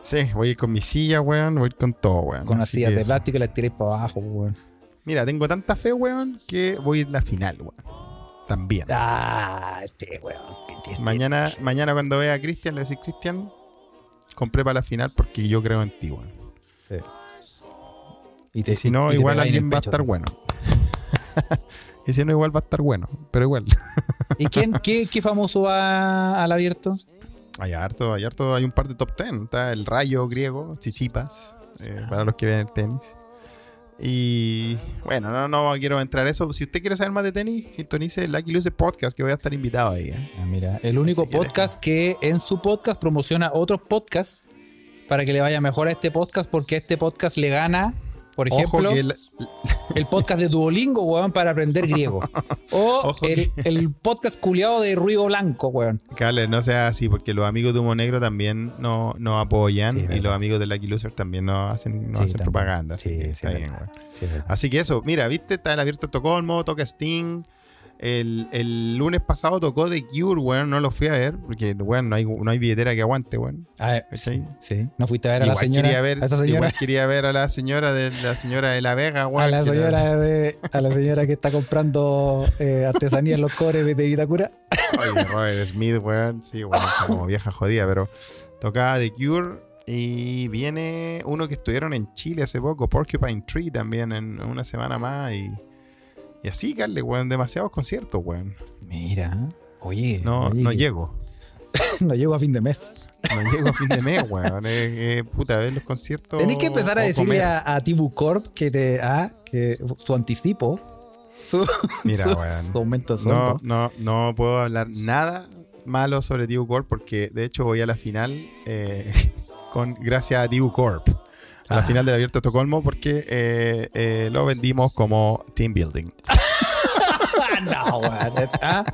Speaker 1: Sí, voy a ir con mi silla, weón, voy a ir con todo, weón.
Speaker 2: Con una
Speaker 1: Así
Speaker 2: silla
Speaker 1: que
Speaker 2: de
Speaker 1: eso.
Speaker 2: plástico y la tiráis para abajo, po, weón.
Speaker 1: Mira, tengo tanta fe, weón, que voy a ir a la final, weón. También.
Speaker 2: Ah, este weón. que este- este-
Speaker 1: Mañana, mañana cuando vea a Cristian, le voy a decir, Cristian, compré para la final porque yo creo en ti, weón.
Speaker 2: Sí. Y, te,
Speaker 1: Y si no, igual alguien va a estar
Speaker 2: bueno.
Speaker 1: bueno. <laughs> y si no, igual va a estar bueno, pero igual.
Speaker 2: ¿Y quién, qué, qué famoso va al abierto?
Speaker 1: Hay harto, hay harto, hay un par de top ten. Está el rayo griego, Chichipas,
Speaker 2: Ah.
Speaker 1: eh, para los que ven el tenis. Y bueno, no, no quiero entrar a eso. Si usted quiere saber más de tenis, sintonice el Lucky Luce Podcast, que voy a estar invitado ahí. eh.
Speaker 2: Ah, mira, el único
Speaker 1: Así que
Speaker 2: podcast que en su podcast promociona otros podcasts para que le vaya mejor a este podcast, porque este podcast le gana, por ejemplo,
Speaker 1: Ojo que
Speaker 2: el...
Speaker 1: el-
Speaker 2: podcast de Duolingo, weón, para aprender
Speaker 1: <laughs>
Speaker 2: griego. O
Speaker 1: Ojo
Speaker 2: el, el podcast culiado de Ruido Blanco, weón.
Speaker 1: Carles, no sea así, porque los amigos de Humo Negro también no- nos apoyan
Speaker 2: Sí,
Speaker 1: y
Speaker 2: verdad.
Speaker 1: los amigos de Lucky Loser también nos hacen, nos
Speaker 2: Sí,
Speaker 1: hacen
Speaker 2: también.
Speaker 1: propaganda. Así
Speaker 2: Sí,
Speaker 1: que
Speaker 2: sí,
Speaker 1: está
Speaker 2: es
Speaker 1: bien,
Speaker 2: verdad.
Speaker 1: weón.
Speaker 2: Sí, es verdad.
Speaker 1: Así que eso, mira, viste, está el abierto Estocolmo, toca Sting. El, el lunes pasado tocó The Cure, weón, no lo fui a ver, porque, weón, no hay, no hay billetera que aguante, weón.
Speaker 2: Ah, eh, sí, sí. No fuiste a ver a la
Speaker 1: Igual
Speaker 2: señora.
Speaker 1: quería ver,
Speaker 2: a esa señora.
Speaker 1: igual quería ver a la señora de la señora de la Vega, weón.
Speaker 2: A la
Speaker 1: que era-
Speaker 2: señora, de- a la señora que está comprando eh, artesanía en los cores de Vitacura.
Speaker 1: <laughs> Oye, Robert Smith, weón. Sí, weón, está como vieja jodida, pero tocaba The Cure. Y viene uno que estuvieron en Chile hace poco, Porcupine Tree también, en una semana más. Y, y así, Carle, weón, demasiados conciertos, weón.
Speaker 2: Mira, oye.
Speaker 1: No,
Speaker 2: oye,
Speaker 1: no
Speaker 2: que-
Speaker 1: llego.
Speaker 2: <laughs> No llego a fin de mes.
Speaker 1: No llego a fin de mes, weón. Eh, eh, puta, ver los conciertos.
Speaker 2: Tenés que empezar a
Speaker 1: o
Speaker 2: decirle
Speaker 1: comer.
Speaker 2: a, a Tibu Corp que, te, ah, que su anticipo, su,
Speaker 1: Mira,
Speaker 2: su-
Speaker 1: weón.
Speaker 2: su aumento
Speaker 1: No,
Speaker 2: de sueldo.
Speaker 1: no, no puedo hablar nada malo sobre Dibu Corp porque de hecho voy a la final eh, <laughs> con gracias a Dibu Corp. A la
Speaker 2: Ah.
Speaker 1: final del Abierto de Estocolmo porque eh, eh, lo vendimos como team building. <laughs>
Speaker 2: Ah, <laughs> No, weón. ah.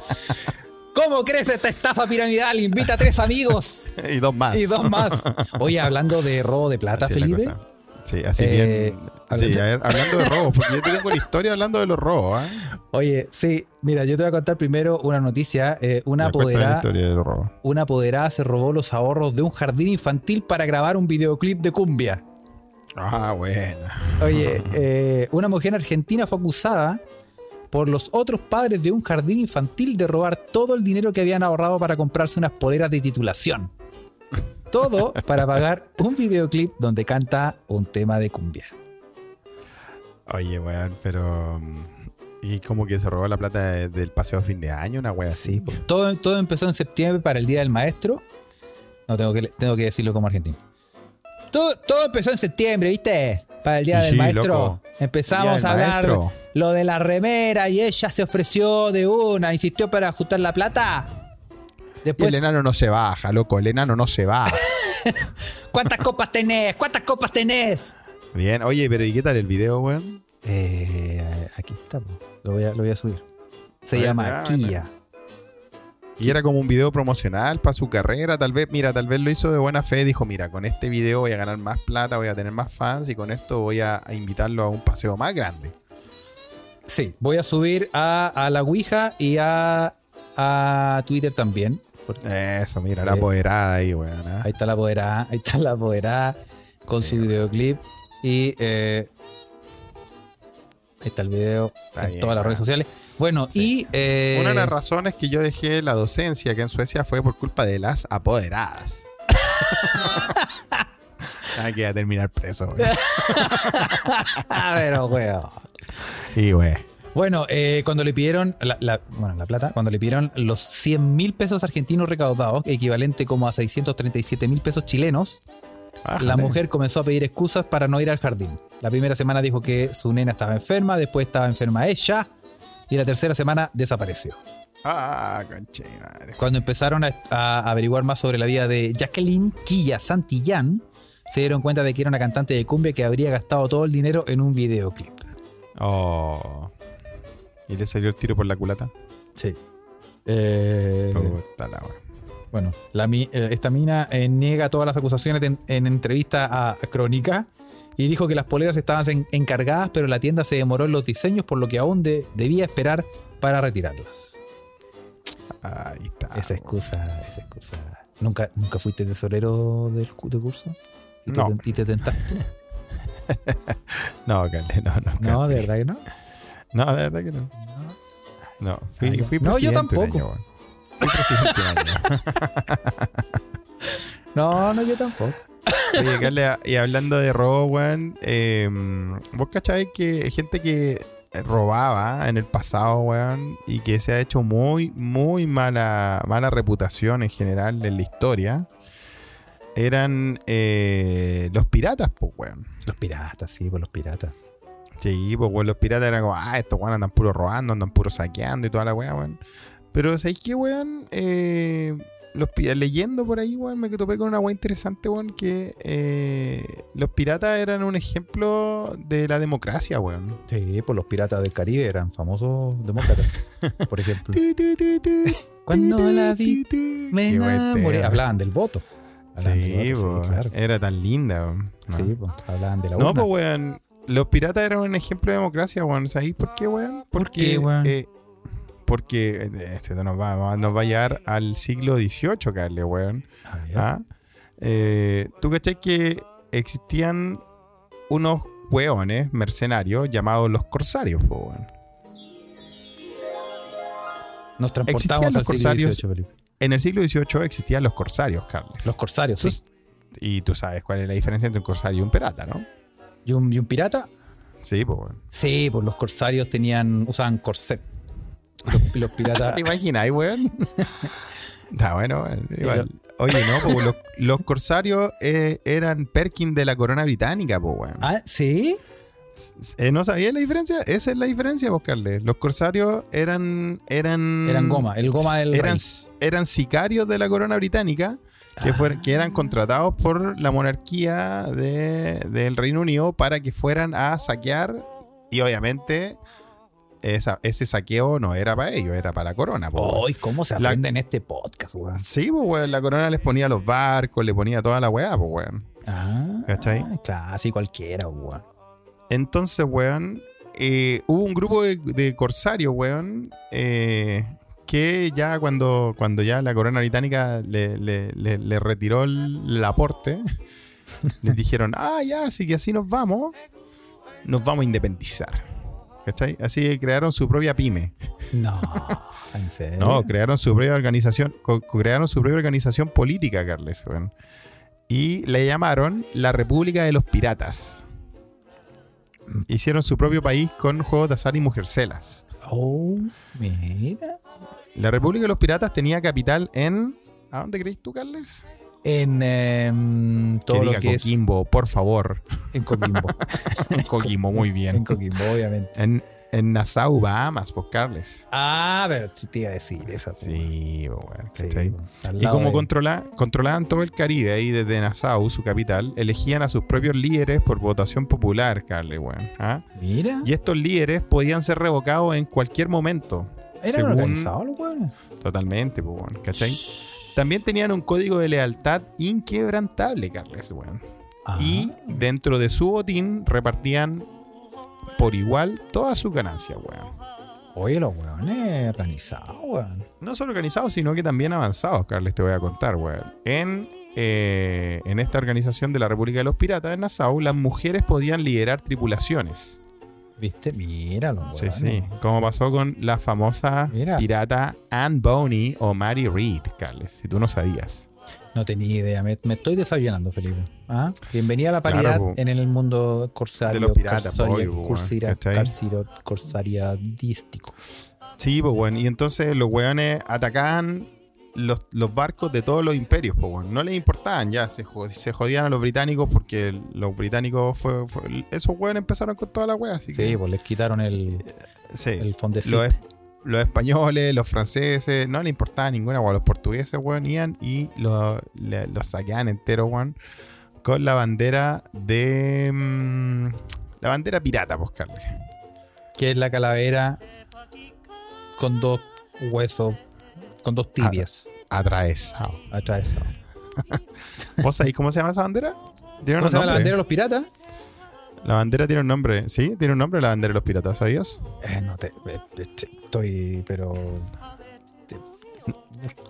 Speaker 2: ¿Cómo crece esta estafa piramidal? Invita a tres amigos
Speaker 1: y dos más.
Speaker 2: y dos más. Oye, hablando de robo de
Speaker 1: <laughs>
Speaker 2: plata,
Speaker 1: Así es la
Speaker 2: Felipe.
Speaker 1: cosa. Sí, así
Speaker 2: Eh,
Speaker 1: bien.
Speaker 2: hablando-
Speaker 1: Sí, a ver, hablando de robos, porque yo te tengo la historia hablando de los robos. ¿ah?
Speaker 2: <laughs> Oye, sí, mira, yo te voy a contar primero una noticia. eh, una
Speaker 1: Ya, cuéntame la
Speaker 2: apoderada
Speaker 1: historia de los robos.
Speaker 2: una apoderada se robó los ahorros de un jardín infantil para grabar un videoclip de cumbia.
Speaker 1: Ah, bueno.
Speaker 2: Oye, eh, una mujer argentina fue acusada por los otros padres de un jardín infantil de robar todo el dinero que habían ahorrado para comprarse unas poleras de titulación. Todo para pagar un videoclip donde canta un tema de cumbia.
Speaker 1: Oye, weón, pero. mm, Y como que se robó la plata de- del paseo de fin de año, una wea. así.
Speaker 2: Sí, po. todo, todo empezó en septiembre para el Día del Maestro. No, tengo que, tengo que decirlo como argentino. Todo, todo empezó en septiembre, ¿viste? Para el Día
Speaker 1: Sí,
Speaker 2: del
Speaker 1: sí,
Speaker 2: Maestro.
Speaker 1: loco.
Speaker 2: Empezamos
Speaker 1: Día
Speaker 2: a
Speaker 1: del
Speaker 2: hablar
Speaker 1: Maestro.
Speaker 2: lo de la remera y ella se ofreció de una, insistió para ajustar la plata.
Speaker 1: Y
Speaker 2: Después,
Speaker 1: el enano no se baja, loco. El enano no se baja.
Speaker 2: <laughs> ¿cuántas copas tenés? ¿Cuántas copas tenés?
Speaker 1: Bien. Oye, pero ¿y qué tal el video, weón?
Speaker 2: Eh, aquí está, po. lo voy a, lo voy a subir. Se
Speaker 1: A ver,
Speaker 2: llama
Speaker 1: ah,
Speaker 2: Kia.
Speaker 1: Y era como un video promocional para su carrera, tal vez, mira, tal vez lo hizo de buena fe, dijo, mira, con este video voy a ganar más plata, voy a tener más fans y con esto voy a, a invitarlo a un paseo más grande.
Speaker 2: Sí, voy a subir a, a la Ouija y a, a Twitter también. porque
Speaker 1: Eso, mira, la
Speaker 2: Sí.
Speaker 1: apoderada ahí, weón. ¿ah?
Speaker 2: Ahí está la apoderada, ahí está la apoderada con su videoclip. Y eh, ahí está el video
Speaker 1: Está
Speaker 2: en
Speaker 1: bien,
Speaker 2: todas las
Speaker 1: weón.
Speaker 2: redes sociales. Bueno, y. eh,
Speaker 1: Una de
Speaker 2: <laughs>
Speaker 1: las razones que yo dejé la docencia que en Suecia fue por culpa de las
Speaker 2: <laughs>
Speaker 1: apoderadas. Ah, que va a terminar preso,
Speaker 2: <laughs>
Speaker 1: weón.
Speaker 2: ah, pero, weón.
Speaker 1: Y, weón.
Speaker 2: Bueno, eh, cuando le pidieron la, la- bueno, la plata, cuando le pidieron los 100 mil pesos argentinos recaudados, equivalente como a 637 mil pesos chilenos, la
Speaker 1: bájate.
Speaker 2: mujer comenzó a pedir excusas para no ir al jardín. La primera semana dijo que su nena estaba enferma, después estaba enferma ella, y la tercera semana desapareció.
Speaker 1: Ah, conche, mi madre.
Speaker 2: Cuando empezaron a, a averiguar más sobre la vida de Jacqueline Quilla Santillán, se dieron cuenta de que era una cantante de cumbia que habría gastado todo el dinero en un videoclip.
Speaker 1: Oh. Y le salió el tiro por la culata.
Speaker 2: Sí. Eh,
Speaker 1: Puta la weón.
Speaker 2: Bueno, la mi- eh, esta mina eh, niega todas las acusaciones en, en entrevista a, a Crónica y dijo que las poleras estaban en- encargadas, pero la tienda se demoró en los diseños, por lo que aún de- debía esperar para retirarlas.
Speaker 1: Ahí está.
Speaker 2: Esa
Speaker 1: weón.
Speaker 2: excusa, esa excusa. ¿Nunca, nunca fuiste tesorero del cu- de curso? ¿Y te,
Speaker 1: No.
Speaker 2: ten- y te tentaste?
Speaker 1: No, Carle, no, no.
Speaker 2: No,
Speaker 1: Carle.
Speaker 2: de verdad que no.
Speaker 1: No, de verdad que no. No, fui,
Speaker 2: Ah, ya.
Speaker 1: fui
Speaker 2: No, yo
Speaker 1: presidente un
Speaker 2: tampoco.
Speaker 1: año, weón. Fui presidente un año.
Speaker 2: No, no, yo tampoco.
Speaker 1: Oye, Carle, a- y hablando de robo, weón, eh, vos cacháis que gente que robaba en el pasado, weón, y que se ha hecho muy, muy mala, mala reputación en general en la historia, eran eh, los piratas, pues, weón.
Speaker 2: Los piratas, sí, por los piratas.
Speaker 1: Sí, pues weón, los piratas eran como, ah, estos weón andan puro robando, andan puro saqueando y toda la weá, weón. Pero ¿sabéis qué, weón? Eh, los pi- leyendo por ahí, weón, me topé con una weá interesante, weón, que eh, los piratas eran un ejemplo de la democracia, weón.
Speaker 2: Sí, por los piratas del Caribe eran famosos demócratas, por
Speaker 1: <laughs>
Speaker 2: ejemplo.
Speaker 1: <laughs> Tu, tu, tu, tu,
Speaker 2: Cuando
Speaker 1: tu,
Speaker 2: la
Speaker 1: tu,
Speaker 2: vi,
Speaker 1: tu.
Speaker 2: Me
Speaker 1: Qué buen
Speaker 2: enamoré.
Speaker 1: tema.
Speaker 2: Hablaban del voto. Hablaban
Speaker 1: Sí,
Speaker 2: del voto,
Speaker 1: pues,
Speaker 2: sí, claro.
Speaker 1: era tan linda, weón. No.
Speaker 2: Sí, pues, hablaban de la
Speaker 1: No,
Speaker 2: urna.
Speaker 1: pues, weón. Los piratas eran un ejemplo de democracia, weón. ¿Sabéis por qué, weón?
Speaker 2: ¿Por qué, weón?
Speaker 1: eh, porque eh, este nos va, va- nos va a llevar al siglo XVIII, Carle, weón.
Speaker 2: A ver.
Speaker 1: ¿Ah? Eh, ¿Tú cachai que existían unos weones mercenarios llamados los corsarios, po, weón?
Speaker 2: Nos
Speaker 1: existían
Speaker 2: transportamos
Speaker 1: los
Speaker 2: al siglo
Speaker 1: corsarios.
Speaker 2: XVIII, Felipe.
Speaker 1: En el siglo XVIII existían los corsarios, Carles.
Speaker 2: Los corsarios, sí.
Speaker 1: Entonces, Y tú sabes cuál es la diferencia entre un corsario y un pirata, ¿no?
Speaker 2: ¿Y un, y un pirata?
Speaker 1: Sí, pues, weón.
Speaker 2: Sí, pues los corsarios tenían, usaban corset. Y Los, y los
Speaker 1: <laughs>
Speaker 2: piratas. <laughs>
Speaker 1: ¿Te imaginas, weón? Está bueno, weón, igual.
Speaker 2: Pero-
Speaker 1: Oye, no, po, los, los corsarios eh, eran Perkin de la corona británica, pues, weón.
Speaker 2: ah, sí.
Speaker 1: Eh, ¿No sabías la diferencia? Esa es la diferencia, buscarle. Los corsarios eran. Eran,
Speaker 2: Eran goma, el goma del
Speaker 1: Eran,
Speaker 2: rey. Ah.
Speaker 1: eran sicarios de la corona británica que, fuer- que eran contratados por la monarquía de- del Reino Unido para que fueran a saquear y obviamente. esa- ese saqueo no era para ellos, era para la corona. po, weón.
Speaker 2: Hoy, ¿cómo se
Speaker 1: La-
Speaker 2: aprende en este podcast, weón?
Speaker 1: Sí, pues, weón. La corona les ponía los barcos, le ponía toda la weá, pues, weón.
Speaker 2: Ah,
Speaker 1: ¿Cachai?
Speaker 2: Claro, así cualquiera, weón.
Speaker 1: Entonces, weón, eh, hubo un grupo de, de corsarios, weón, eh, que ya cuando, cuando ya la corona británica le, le- le- le retiró el, el aporte, <laughs> les dijeron, ah, ya, así que así nos vamos, nos vamos a independizar. ¿Cachai? Así que crearon su propia pyme. <laughs>
Speaker 2: No, en serio.
Speaker 1: No, crearon su propia organización, co- crearon su propia organización política, Carles, weón. Y le llamaron la República de los Piratas. Hicieron su propio país con juegos de azar y mujercelas.
Speaker 2: Oh, mira.
Speaker 1: La República de los Piratas tenía capital en. ¿A dónde crees tú, Carles?
Speaker 2: En em, todo
Speaker 1: que
Speaker 2: lo
Speaker 1: diga
Speaker 2: que
Speaker 1: Coquimbo, por favor.
Speaker 2: es. En Coquimbo.
Speaker 1: En Coquimbo, muy
Speaker 2: <laughs> en
Speaker 1: bien.
Speaker 2: Coquimbo, obviamente.
Speaker 1: En, En Nassau, Bahamas, por Carles.
Speaker 2: Ah, pero sí te iba a decir esa. po.
Speaker 1: Sí, po, weón,
Speaker 2: Sí,
Speaker 1: ¿cachai?
Speaker 2: po. Al
Speaker 1: Y
Speaker 2: lado
Speaker 1: como
Speaker 2: de-
Speaker 1: controla- controlaban todo el Caribe ahí desde Nassau, su capital, elegían a sus propios líderes por votación popular, Carles, weón. ¿ah?
Speaker 2: Mira,
Speaker 1: Y estos líderes podían ser revocados en cualquier momento.
Speaker 2: eran
Speaker 1: según-
Speaker 2: organizados los weones.
Speaker 1: Totalmente, pues, weón, ¿cachai? También tenían un código de lealtad inquebrantable, Carles, weón.
Speaker 2: Ah,
Speaker 1: Y dentro de su botín repartían por igual todas sus ganancias, weón.
Speaker 2: Oye, los weones organizados, weón.
Speaker 1: No solo organizados, sino que también avanzados, Carles, te voy a contar, weón. En, eh, en esta organización de la República de los Piratas de Nassau, las mujeres podían liderar tripulaciones.
Speaker 2: ¿Viste? Mira los weones.
Speaker 1: Sí, sí. Como pasó con la famosa
Speaker 2: Mira.
Speaker 1: pirata Anne Boney o Mary Reed, Carles, si tú no sabías.
Speaker 2: No tenía idea. Me, me estoy desayunando, Felipe. ¿Ah? Bienvenida a la
Speaker 1: Claro,
Speaker 2: paridad
Speaker 1: po.
Speaker 2: en el mundo corsario.
Speaker 1: De los piratas,
Speaker 2: corsario-
Speaker 1: po, weón,
Speaker 2: cursira-
Speaker 1: ¿cachai?
Speaker 2: carsiro- corsariadístico.
Speaker 1: Sí, pues, weón. Y entonces los weones atacaban los, los barcos de todos los imperios, pues, weón. No les importaban, ya. Se, jo- se jodían a los británicos porque los británicos fue, fue- esos weones empezaron con toda la wea. Así
Speaker 2: Sí,
Speaker 1: que, eh,
Speaker 2: pues les quitaron el,
Speaker 1: sí.
Speaker 2: el fondecito.
Speaker 1: los, es- los españoles, los franceses, no les importaba ninguna, weón. Los portugueses, weón, iban y lo- le- los saqueaban enteros, weón. Con la bandera de. mm, la bandera pirata, pues, Carles.
Speaker 2: Que es la calavera con dos huesos, con
Speaker 1: Ah.
Speaker 2: dos tibias
Speaker 1: Atravesado.
Speaker 2: atravesadas.
Speaker 1: ¿Vos sabés cómo se llama esa bandera? Tiene
Speaker 2: ¿Cómo
Speaker 1: un
Speaker 2: se llama
Speaker 1: nombre.
Speaker 2: la bandera de los piratas?
Speaker 1: La bandera tiene un nombre, sí, tiene un nombre la bandera de los piratas, ¿sabías?
Speaker 2: Eh, no te, eh, este, estoy, pero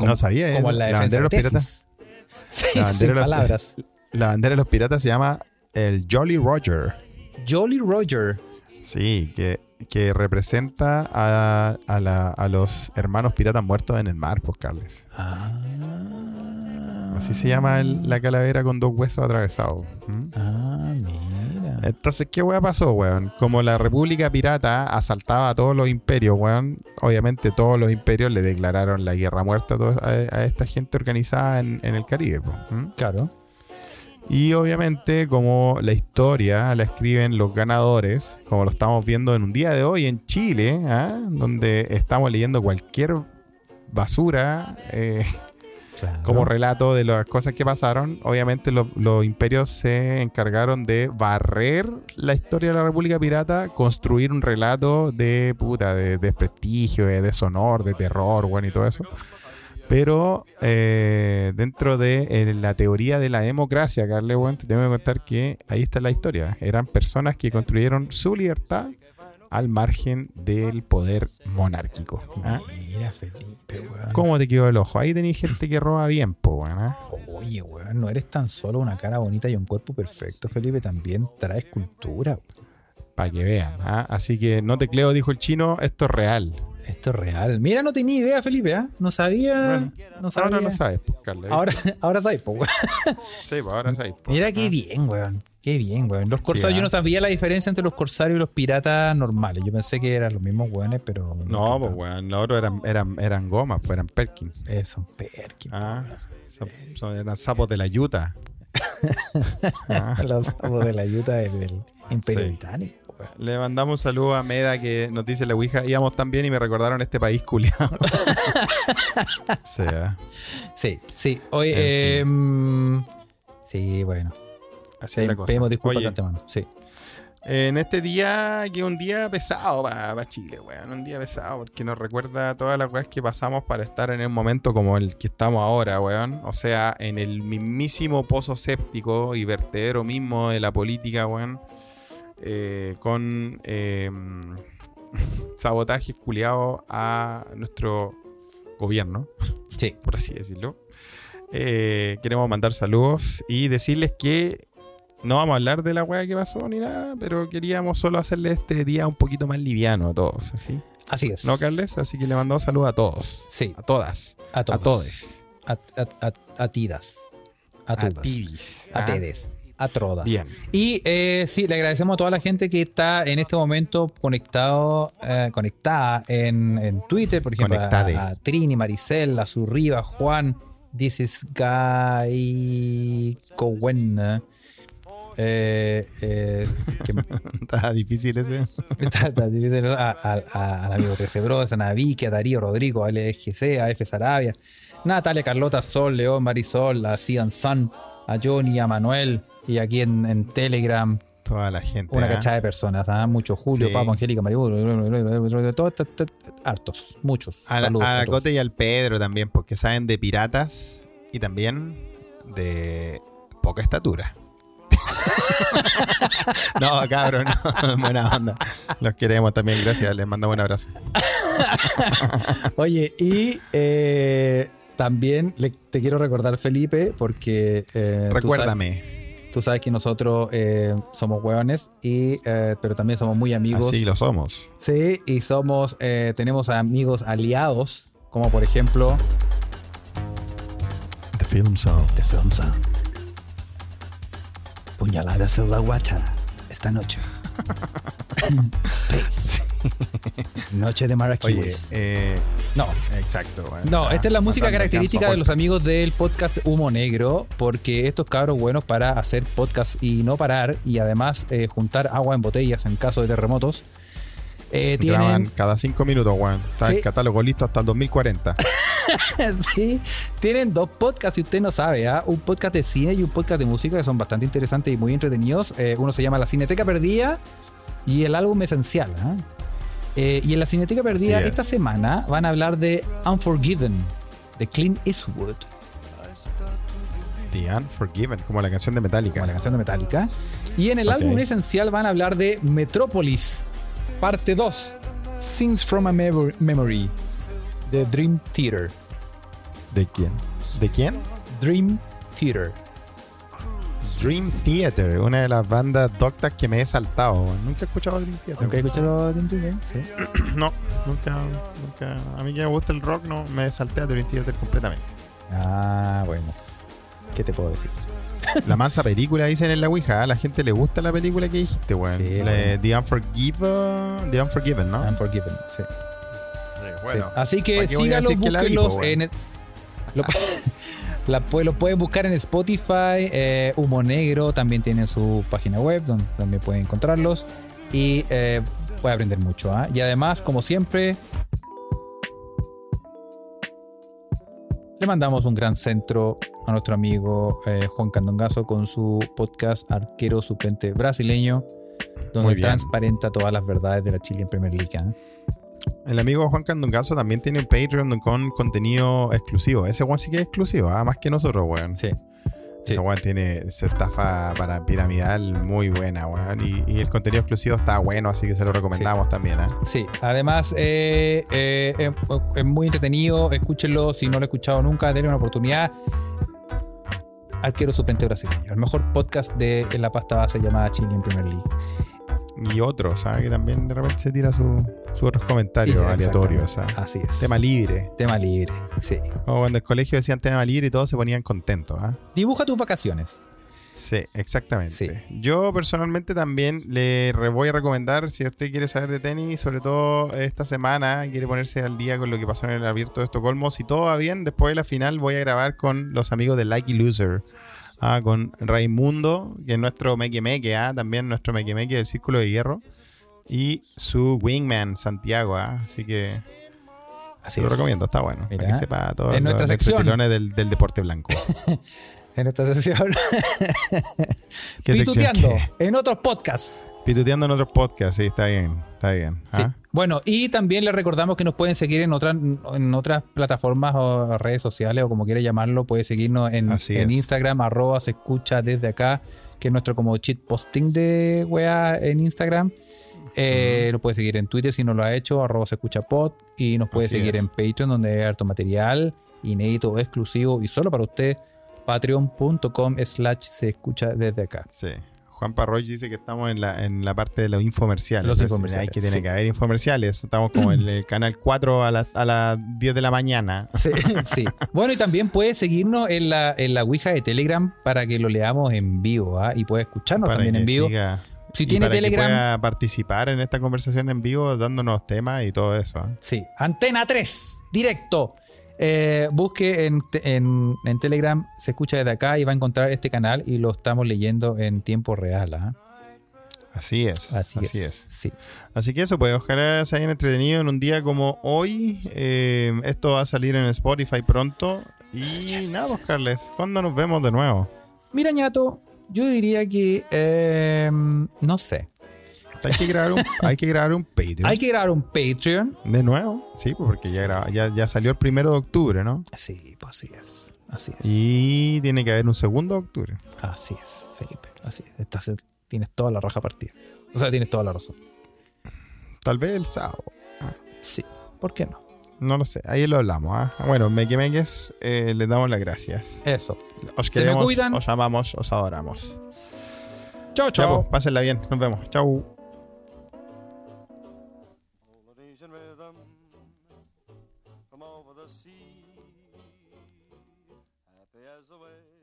Speaker 1: no sabía, ¿eh?
Speaker 2: como en la defensa
Speaker 1: bandera de los
Speaker 2: de
Speaker 1: piratas.
Speaker 2: tesis. <laughs> Sí,
Speaker 1: La bandera
Speaker 2: sin
Speaker 1: de los-
Speaker 2: palabras.
Speaker 1: La bandera de los piratas se llama el Jolly Roger.
Speaker 2: Jolly Roger.
Speaker 1: Sí, que, que representa a, a la- a los hermanos piratas muertos en el mar, pues Carles.
Speaker 2: Ah,
Speaker 1: Así se llama el- la calavera con dos huesos atravesados. ¿Mm?
Speaker 2: ah, mira.
Speaker 1: Entonces, ¿qué weá pasó, weón? Como la República Pirata asaltaba a todos los imperios, weón, obviamente todos los imperios le declararon la guerra muerta a, todos- a- a esta gente organizada en, en el Caribe. pues, ¿Mm?
Speaker 2: Claro.
Speaker 1: Y obviamente, como la historia la escriben los ganadores, como lo estamos viendo en un día de hoy en Chile, ¿ah? donde estamos leyendo cualquier basura eh,
Speaker 2: claro.
Speaker 1: como relato de las cosas que pasaron, obviamente los, los imperios se encargaron de barrer la historia de la República Pirata, construir un relato de puta, de desprestigio, de deshonor, de terror, bueno, y todo eso. Pero eh, dentro de eh, la teoría de la democracia, Carle, bueno, te tengo que contar que ahí está la historia. Eran personas que construyeron su libertad al margen del poder monárquico. ¿ah?
Speaker 2: Mira, Felipe, weón.
Speaker 1: ¿Cómo te quedó el ojo? Ahí tenéis gente que roba bien, po, weón, ¿ah?
Speaker 2: Oye, weón, no eres tan solo una cara bonita y un cuerpo perfecto, Felipe. También traes cultura, weón.
Speaker 1: Para que vean. ¿ah? Así que no tecleo, dijo el chino, esto es real.
Speaker 2: Esto es real. Mira, no tenía idea, Felipe, ¿ah? No sabía. no sabía.
Speaker 1: Ahora no sabes, pues, Carlos.
Speaker 2: Ahora, <laughs> ahora sabes, po, weón.
Speaker 1: Sí, pues, ahora sabes. pues.
Speaker 2: Mira qué bien, weón. Qué bien, weón. Los corsarios,
Speaker 1: ah.
Speaker 2: yo no sabía la diferencia entre los corsarios y los piratas normales. Yo pensé que eran los mismos weones, pero.
Speaker 1: No, pues, weón, los otros eran, eran, eran gomas, pues eran Perkins.
Speaker 2: Eh, son Perkins.
Speaker 1: Ah, son- son- eran sapos de la
Speaker 2: <laughs>
Speaker 1: yuta. Ah,
Speaker 2: Los sapos de la ayuda del, del Imperio
Speaker 1: Sí.
Speaker 2: Británico, weón.
Speaker 1: Le mandamos un saludo a Meda que nos dice la Ouija, íbamos tan bien y me recordaron este país <laughs> ¿ah? culiado. o sea,
Speaker 2: Sí, sí. Oye,
Speaker 1: En
Speaker 2: eh, mm, sí, bueno.
Speaker 1: así es
Speaker 2: Te-
Speaker 1: la cosa.
Speaker 2: Pedimos disculpas de
Speaker 1: Oye,
Speaker 2: antemano. Sí.
Speaker 1: En este día, que es un día pesado para Chile, weón. Un día pesado porque nos recuerda todas las weas que pasamos para estar en un momento como el que estamos ahora, weón. O sea, en el mismísimo pozo séptico y vertedero mismo de la política, weón. Eh, con eh, <laughs> sabotajes culiados a nuestro gobierno
Speaker 2: Sí.
Speaker 1: por así decirlo. Eh, queremos mandar saludos y decirles que no vamos a hablar de la weá que pasó ni nada, pero queríamos solo hacerle este día un poquito más liviano a todos, ¿así?
Speaker 2: Así es.
Speaker 1: ¿No, Carles? Así que le mandamos saludos a todos,
Speaker 2: Sí,
Speaker 1: a todas,
Speaker 2: a todos.
Speaker 1: a todos,
Speaker 2: A, a, a, a tidas. A
Speaker 1: a
Speaker 2: todas.
Speaker 1: tibis.
Speaker 2: A
Speaker 1: Ah,
Speaker 2: tedes. A trodas.
Speaker 1: Bien. <laughs>
Speaker 2: Y eh, sí, le agradecemos a toda la gente que está en este momento conectado, eh, conectada en, en Twitter, por ejemplo, a,
Speaker 1: Conectade.
Speaker 2: a Trini, Maricel, a Zurriba, Juan, This is Guy Cowen, Eh, eh, que-
Speaker 1: Está difícil ese.
Speaker 2: Está- está difícil. A- a- a- al amigo 13 Bros, a Naviki, a Darío Rodrigo, a LGC, a F. Sarabia, Natalia, Carlota, Sol, León, Marisol, a Cian Sun, a Johnny, a Manuel, y aquí en, en Telegram,
Speaker 1: Toda la gente.
Speaker 2: una
Speaker 1: ¿ah?
Speaker 2: cachada de personas, ¿ah? muchos, Julio,
Speaker 1: Sí.
Speaker 2: Papo, Angélica, Maribú, todos t- t- hartos, muchos.
Speaker 1: A, la-
Speaker 2: Saludos.
Speaker 1: a
Speaker 2: a
Speaker 1: la
Speaker 2: todos.
Speaker 1: Cote y al Pedro también, porque saben de piratas y también de poca estatura. <laughs> no, cabrón, no, <laughs> buena onda. Los queremos también, gracias, les mandamos un abrazo.
Speaker 2: Eh, Oye, y eh, también le- te quiero recordar, Felipe, porque... eh, tú sabes-
Speaker 1: Recuérdame,
Speaker 2: Tú sabes que nosotros eh, somos hueones, y, eh, pero también somos muy amigos.
Speaker 1: así lo somos.
Speaker 2: Sí, y somos, eh, tenemos amigos aliados, como por ejemplo
Speaker 1: The Film Song.
Speaker 2: The Film Sound. Puñaladas en la guacha esta
Speaker 1: <laughs>
Speaker 2: noche. Space. Noche de
Speaker 1: Oye,
Speaker 2: Marrakech.
Speaker 1: eh,
Speaker 2: No,
Speaker 1: exacto. bueno,
Speaker 2: No,
Speaker 1: ah,
Speaker 2: esta es la música
Speaker 1: matando
Speaker 2: característica de
Speaker 1: el
Speaker 2: los amigos del podcast Humo Negro, porque estos cabros buenos para hacer podcast y no parar, y además eh, juntar agua en botellas en caso de terremotos, eh,
Speaker 1: ganso, Graban
Speaker 2: tienen,
Speaker 1: cada cinco minutos, weón. Está
Speaker 2: Sí.
Speaker 1: el catálogo listo hasta el 2040.
Speaker 2: <laughs> sí, tienen dos podcasts, si usted no sabe, ¿ah? un podcast de cine y un podcast de música que son bastante interesantes y muy entretenidos. Eh, uno se llama La Cineteca Perdida y el álbum esencial. ¿ah? Eh, y en La Cineteca Perdida
Speaker 1: Así es.
Speaker 2: esta semana van a hablar de Unforgiven, de Clint Eastwood.
Speaker 1: The Unforgiven, como la canción de Metallica.
Speaker 2: como la canción de Metallica. Y en el
Speaker 1: Ok.
Speaker 2: álbum esencial van a hablar de Metrópolis, parte 2, Things from a Mevo- Memory, de Dream Theater.
Speaker 1: ¿De quién? ¿De quién?
Speaker 2: Dream Theater.
Speaker 1: Dream Theater, una de las bandas doctas que me he saltado. Nunca he escuchado Dream Theater.
Speaker 2: ¿Nunca he escuchado Dream Theater? Sí.
Speaker 1: No, nunca, nunca. A mí que me gusta el rock, no, me salté a Dream Theater completamente.
Speaker 2: Ah, bueno. ¿Qué te puedo decir?
Speaker 1: La mansa película dicen en la Ouija, ¿ah? la gente le gusta la película que dijiste, weón.
Speaker 2: Sí,
Speaker 1: La-
Speaker 2: bueno.
Speaker 1: The Unforgiven, The Unforgiven, ¿no?
Speaker 2: Unforgiven, sí.
Speaker 1: Sí,
Speaker 2: Sí. Ah. Así que
Speaker 1: ¿para qué voy a
Speaker 2: sígalos,
Speaker 1: decir que la vi, po,
Speaker 2: búsquenlos
Speaker 1: weón?
Speaker 2: en. el- Lo, <laughs> la pu- lo pueden buscar en Spotify, eh, Humo Negro, también tienen su página web donde también pueden encontrarlos y eh, puede aprender mucho. ¿ah? Y además, como siempre, le mandamos un gran centro a nuestro amigo eh, Juan Candongazo con su podcast Arquero Suplente Brasileño, donde
Speaker 1: Muy bien.
Speaker 2: transparenta todas las verdades de la Chile en Premier League. ¿ah?
Speaker 1: El amigo Juan Candongazo también tiene un Patreon con contenido exclusivo. Ese Juan sí que es exclusivo, ¿ah? más que nosotros, weón.
Speaker 2: Sí. Sí.
Speaker 1: Ese weón tiene esa estafa para piramidal muy buena, weón. Y, y el contenido exclusivo está bueno, así que se lo recomendamos también, ¿ah?
Speaker 2: Sí, además eh, eh, eh, es muy entretenido, escúchenlo, si no lo he escuchado nunca, denle una oportunidad. Arquero suplente brasileño, el mejor podcast de la pasta base llamada Chile en Premier League.
Speaker 1: y otros, ¿sabes? Que también de repente se tira su- sus otros comentarios
Speaker 2: Sí,
Speaker 1: aleatorios, ¿sabes?
Speaker 2: Así es.
Speaker 1: Tema libre.
Speaker 2: Tema libre, sí.
Speaker 1: O cuando en el colegio decían tema libre y todos se ponían contentos, ¿ah?
Speaker 2: Dibuja tus vacaciones.
Speaker 1: Sí, exactamente.
Speaker 2: Sí.
Speaker 1: Yo personalmente también le re- voy a recomendar, si usted quiere saber de tenis, sobre todo esta semana, quiere ponerse al día con lo que pasó en el abierto de Estocolmo, si todo va bien, después de la final voy a grabar con los amigos de Lucky Loser. Ah, con Raimundo, que es nuestro meque meque, ah, también nuestro meque meque del Círculo de Hierro. Y su wingman, Santiago. ah, Así que
Speaker 2: Así
Speaker 1: se lo
Speaker 2: es.
Speaker 1: recomiendo, está bueno. para
Speaker 2: Mira,
Speaker 1: que sepa todos
Speaker 2: en
Speaker 1: los
Speaker 2: nuestra
Speaker 1: nuestros
Speaker 2: sección.
Speaker 1: pilones del, del deporte
Speaker 2: <laughs>
Speaker 1: blanco.
Speaker 2: En esta sesión.
Speaker 1: ¿Qué sección
Speaker 2: Pituteando
Speaker 1: qué?
Speaker 2: en otros podcasts.
Speaker 1: Pituteando en otros podcasts, sí, está bien, está bien.
Speaker 2: Sí.
Speaker 1: ¿ah?
Speaker 2: Bueno, y también les recordamos que nos pueden seguir en, otras en otras plataformas o redes sociales o como quiera llamarlo. Puede seguirnos en,
Speaker 1: Así
Speaker 2: en
Speaker 1: es.
Speaker 2: Instagram, arroba se escucha desde acá, que es nuestro como cheat posting de wea en Instagram. Eh, Lo puede seguir en Twitter si no lo ha hecho, arroba se escucha pod. Y nos puede
Speaker 1: Así
Speaker 2: seguir
Speaker 1: es.
Speaker 2: en Patreon, donde hay harto material inédito, exclusivo y solo para usted. Patreon.com slash se escucha desde acá.
Speaker 1: Sí. Juan Parroy dice que estamos en la, en la parte de los infomerciales.
Speaker 2: Los
Speaker 1: Entonces, Hay
Speaker 2: infomerciales,
Speaker 1: que tiene
Speaker 2: sí.
Speaker 1: que haber infomerciales. Estamos como en el canal 4 a, las- a las 10 de la mañana.
Speaker 2: Sí, <laughs> sí. Bueno, y también puedes seguirnos en la, en la Ouija de Telegram para que lo leamos en vivo ¿ah? y puedes escucharnos
Speaker 1: Para
Speaker 2: también
Speaker 1: que
Speaker 2: en vivo.
Speaker 1: siga-
Speaker 2: Si
Speaker 1: y
Speaker 2: tiene
Speaker 1: para que
Speaker 2: Telegram,
Speaker 1: pueda participar en ¿eh? esta conversación en vivo, dándonos temas y todo eso. ¿ah?
Speaker 2: sí. Antena 3, directo. eh, busque en, te- en- en Telegram, se escucha desde acá y va a encontrar este canal y lo estamos leyendo en tiempo real. ¿ah?
Speaker 1: Así es.
Speaker 2: Así,
Speaker 1: Así,
Speaker 2: es.
Speaker 1: es.
Speaker 2: Sí.
Speaker 1: Así que eso, pues ojalá se hayan entretenido en un día como hoy. Eh, esto va a salir en Spotify pronto. Y
Speaker 2: Yes.
Speaker 1: nada, pues, Carles, ¿cuándo nos vemos de nuevo?
Speaker 2: Mira, ñato, yo diría que. eh, no sé.
Speaker 1: Hay que grabar
Speaker 2: <laughs>
Speaker 1: un, hay que grabar un Patreon.
Speaker 2: Hay que grabar un Patreon.
Speaker 1: De nuevo, sí, pues, porque ya, graba- ya, ya salió el primero de octubre, ¿no?
Speaker 2: Sí, pues así es. Así es.
Speaker 1: Y tiene que haber un segundo de octubre.
Speaker 2: Así es, Felipe. Así es. Estás- tienes toda la raja partida. O sea, tienes toda la razón.
Speaker 1: Tal vez el sábado.
Speaker 2: Sí. ¿Por qué no?
Speaker 1: No lo sé, ahí lo hablamos. ¿ah? Bueno, Mequimeques, eh, les damos las gracias.
Speaker 2: Eso.
Speaker 1: Os
Speaker 2: Se me
Speaker 1: queremos,
Speaker 2: cuidan.
Speaker 1: os amamos, os adoramos.
Speaker 2: Chao,
Speaker 1: Ya,
Speaker 2: chao.
Speaker 1: pues, pásenla bien, nos vemos. Chau.
Speaker 4: Polynesian rhythm from over the sea, happy as the wave.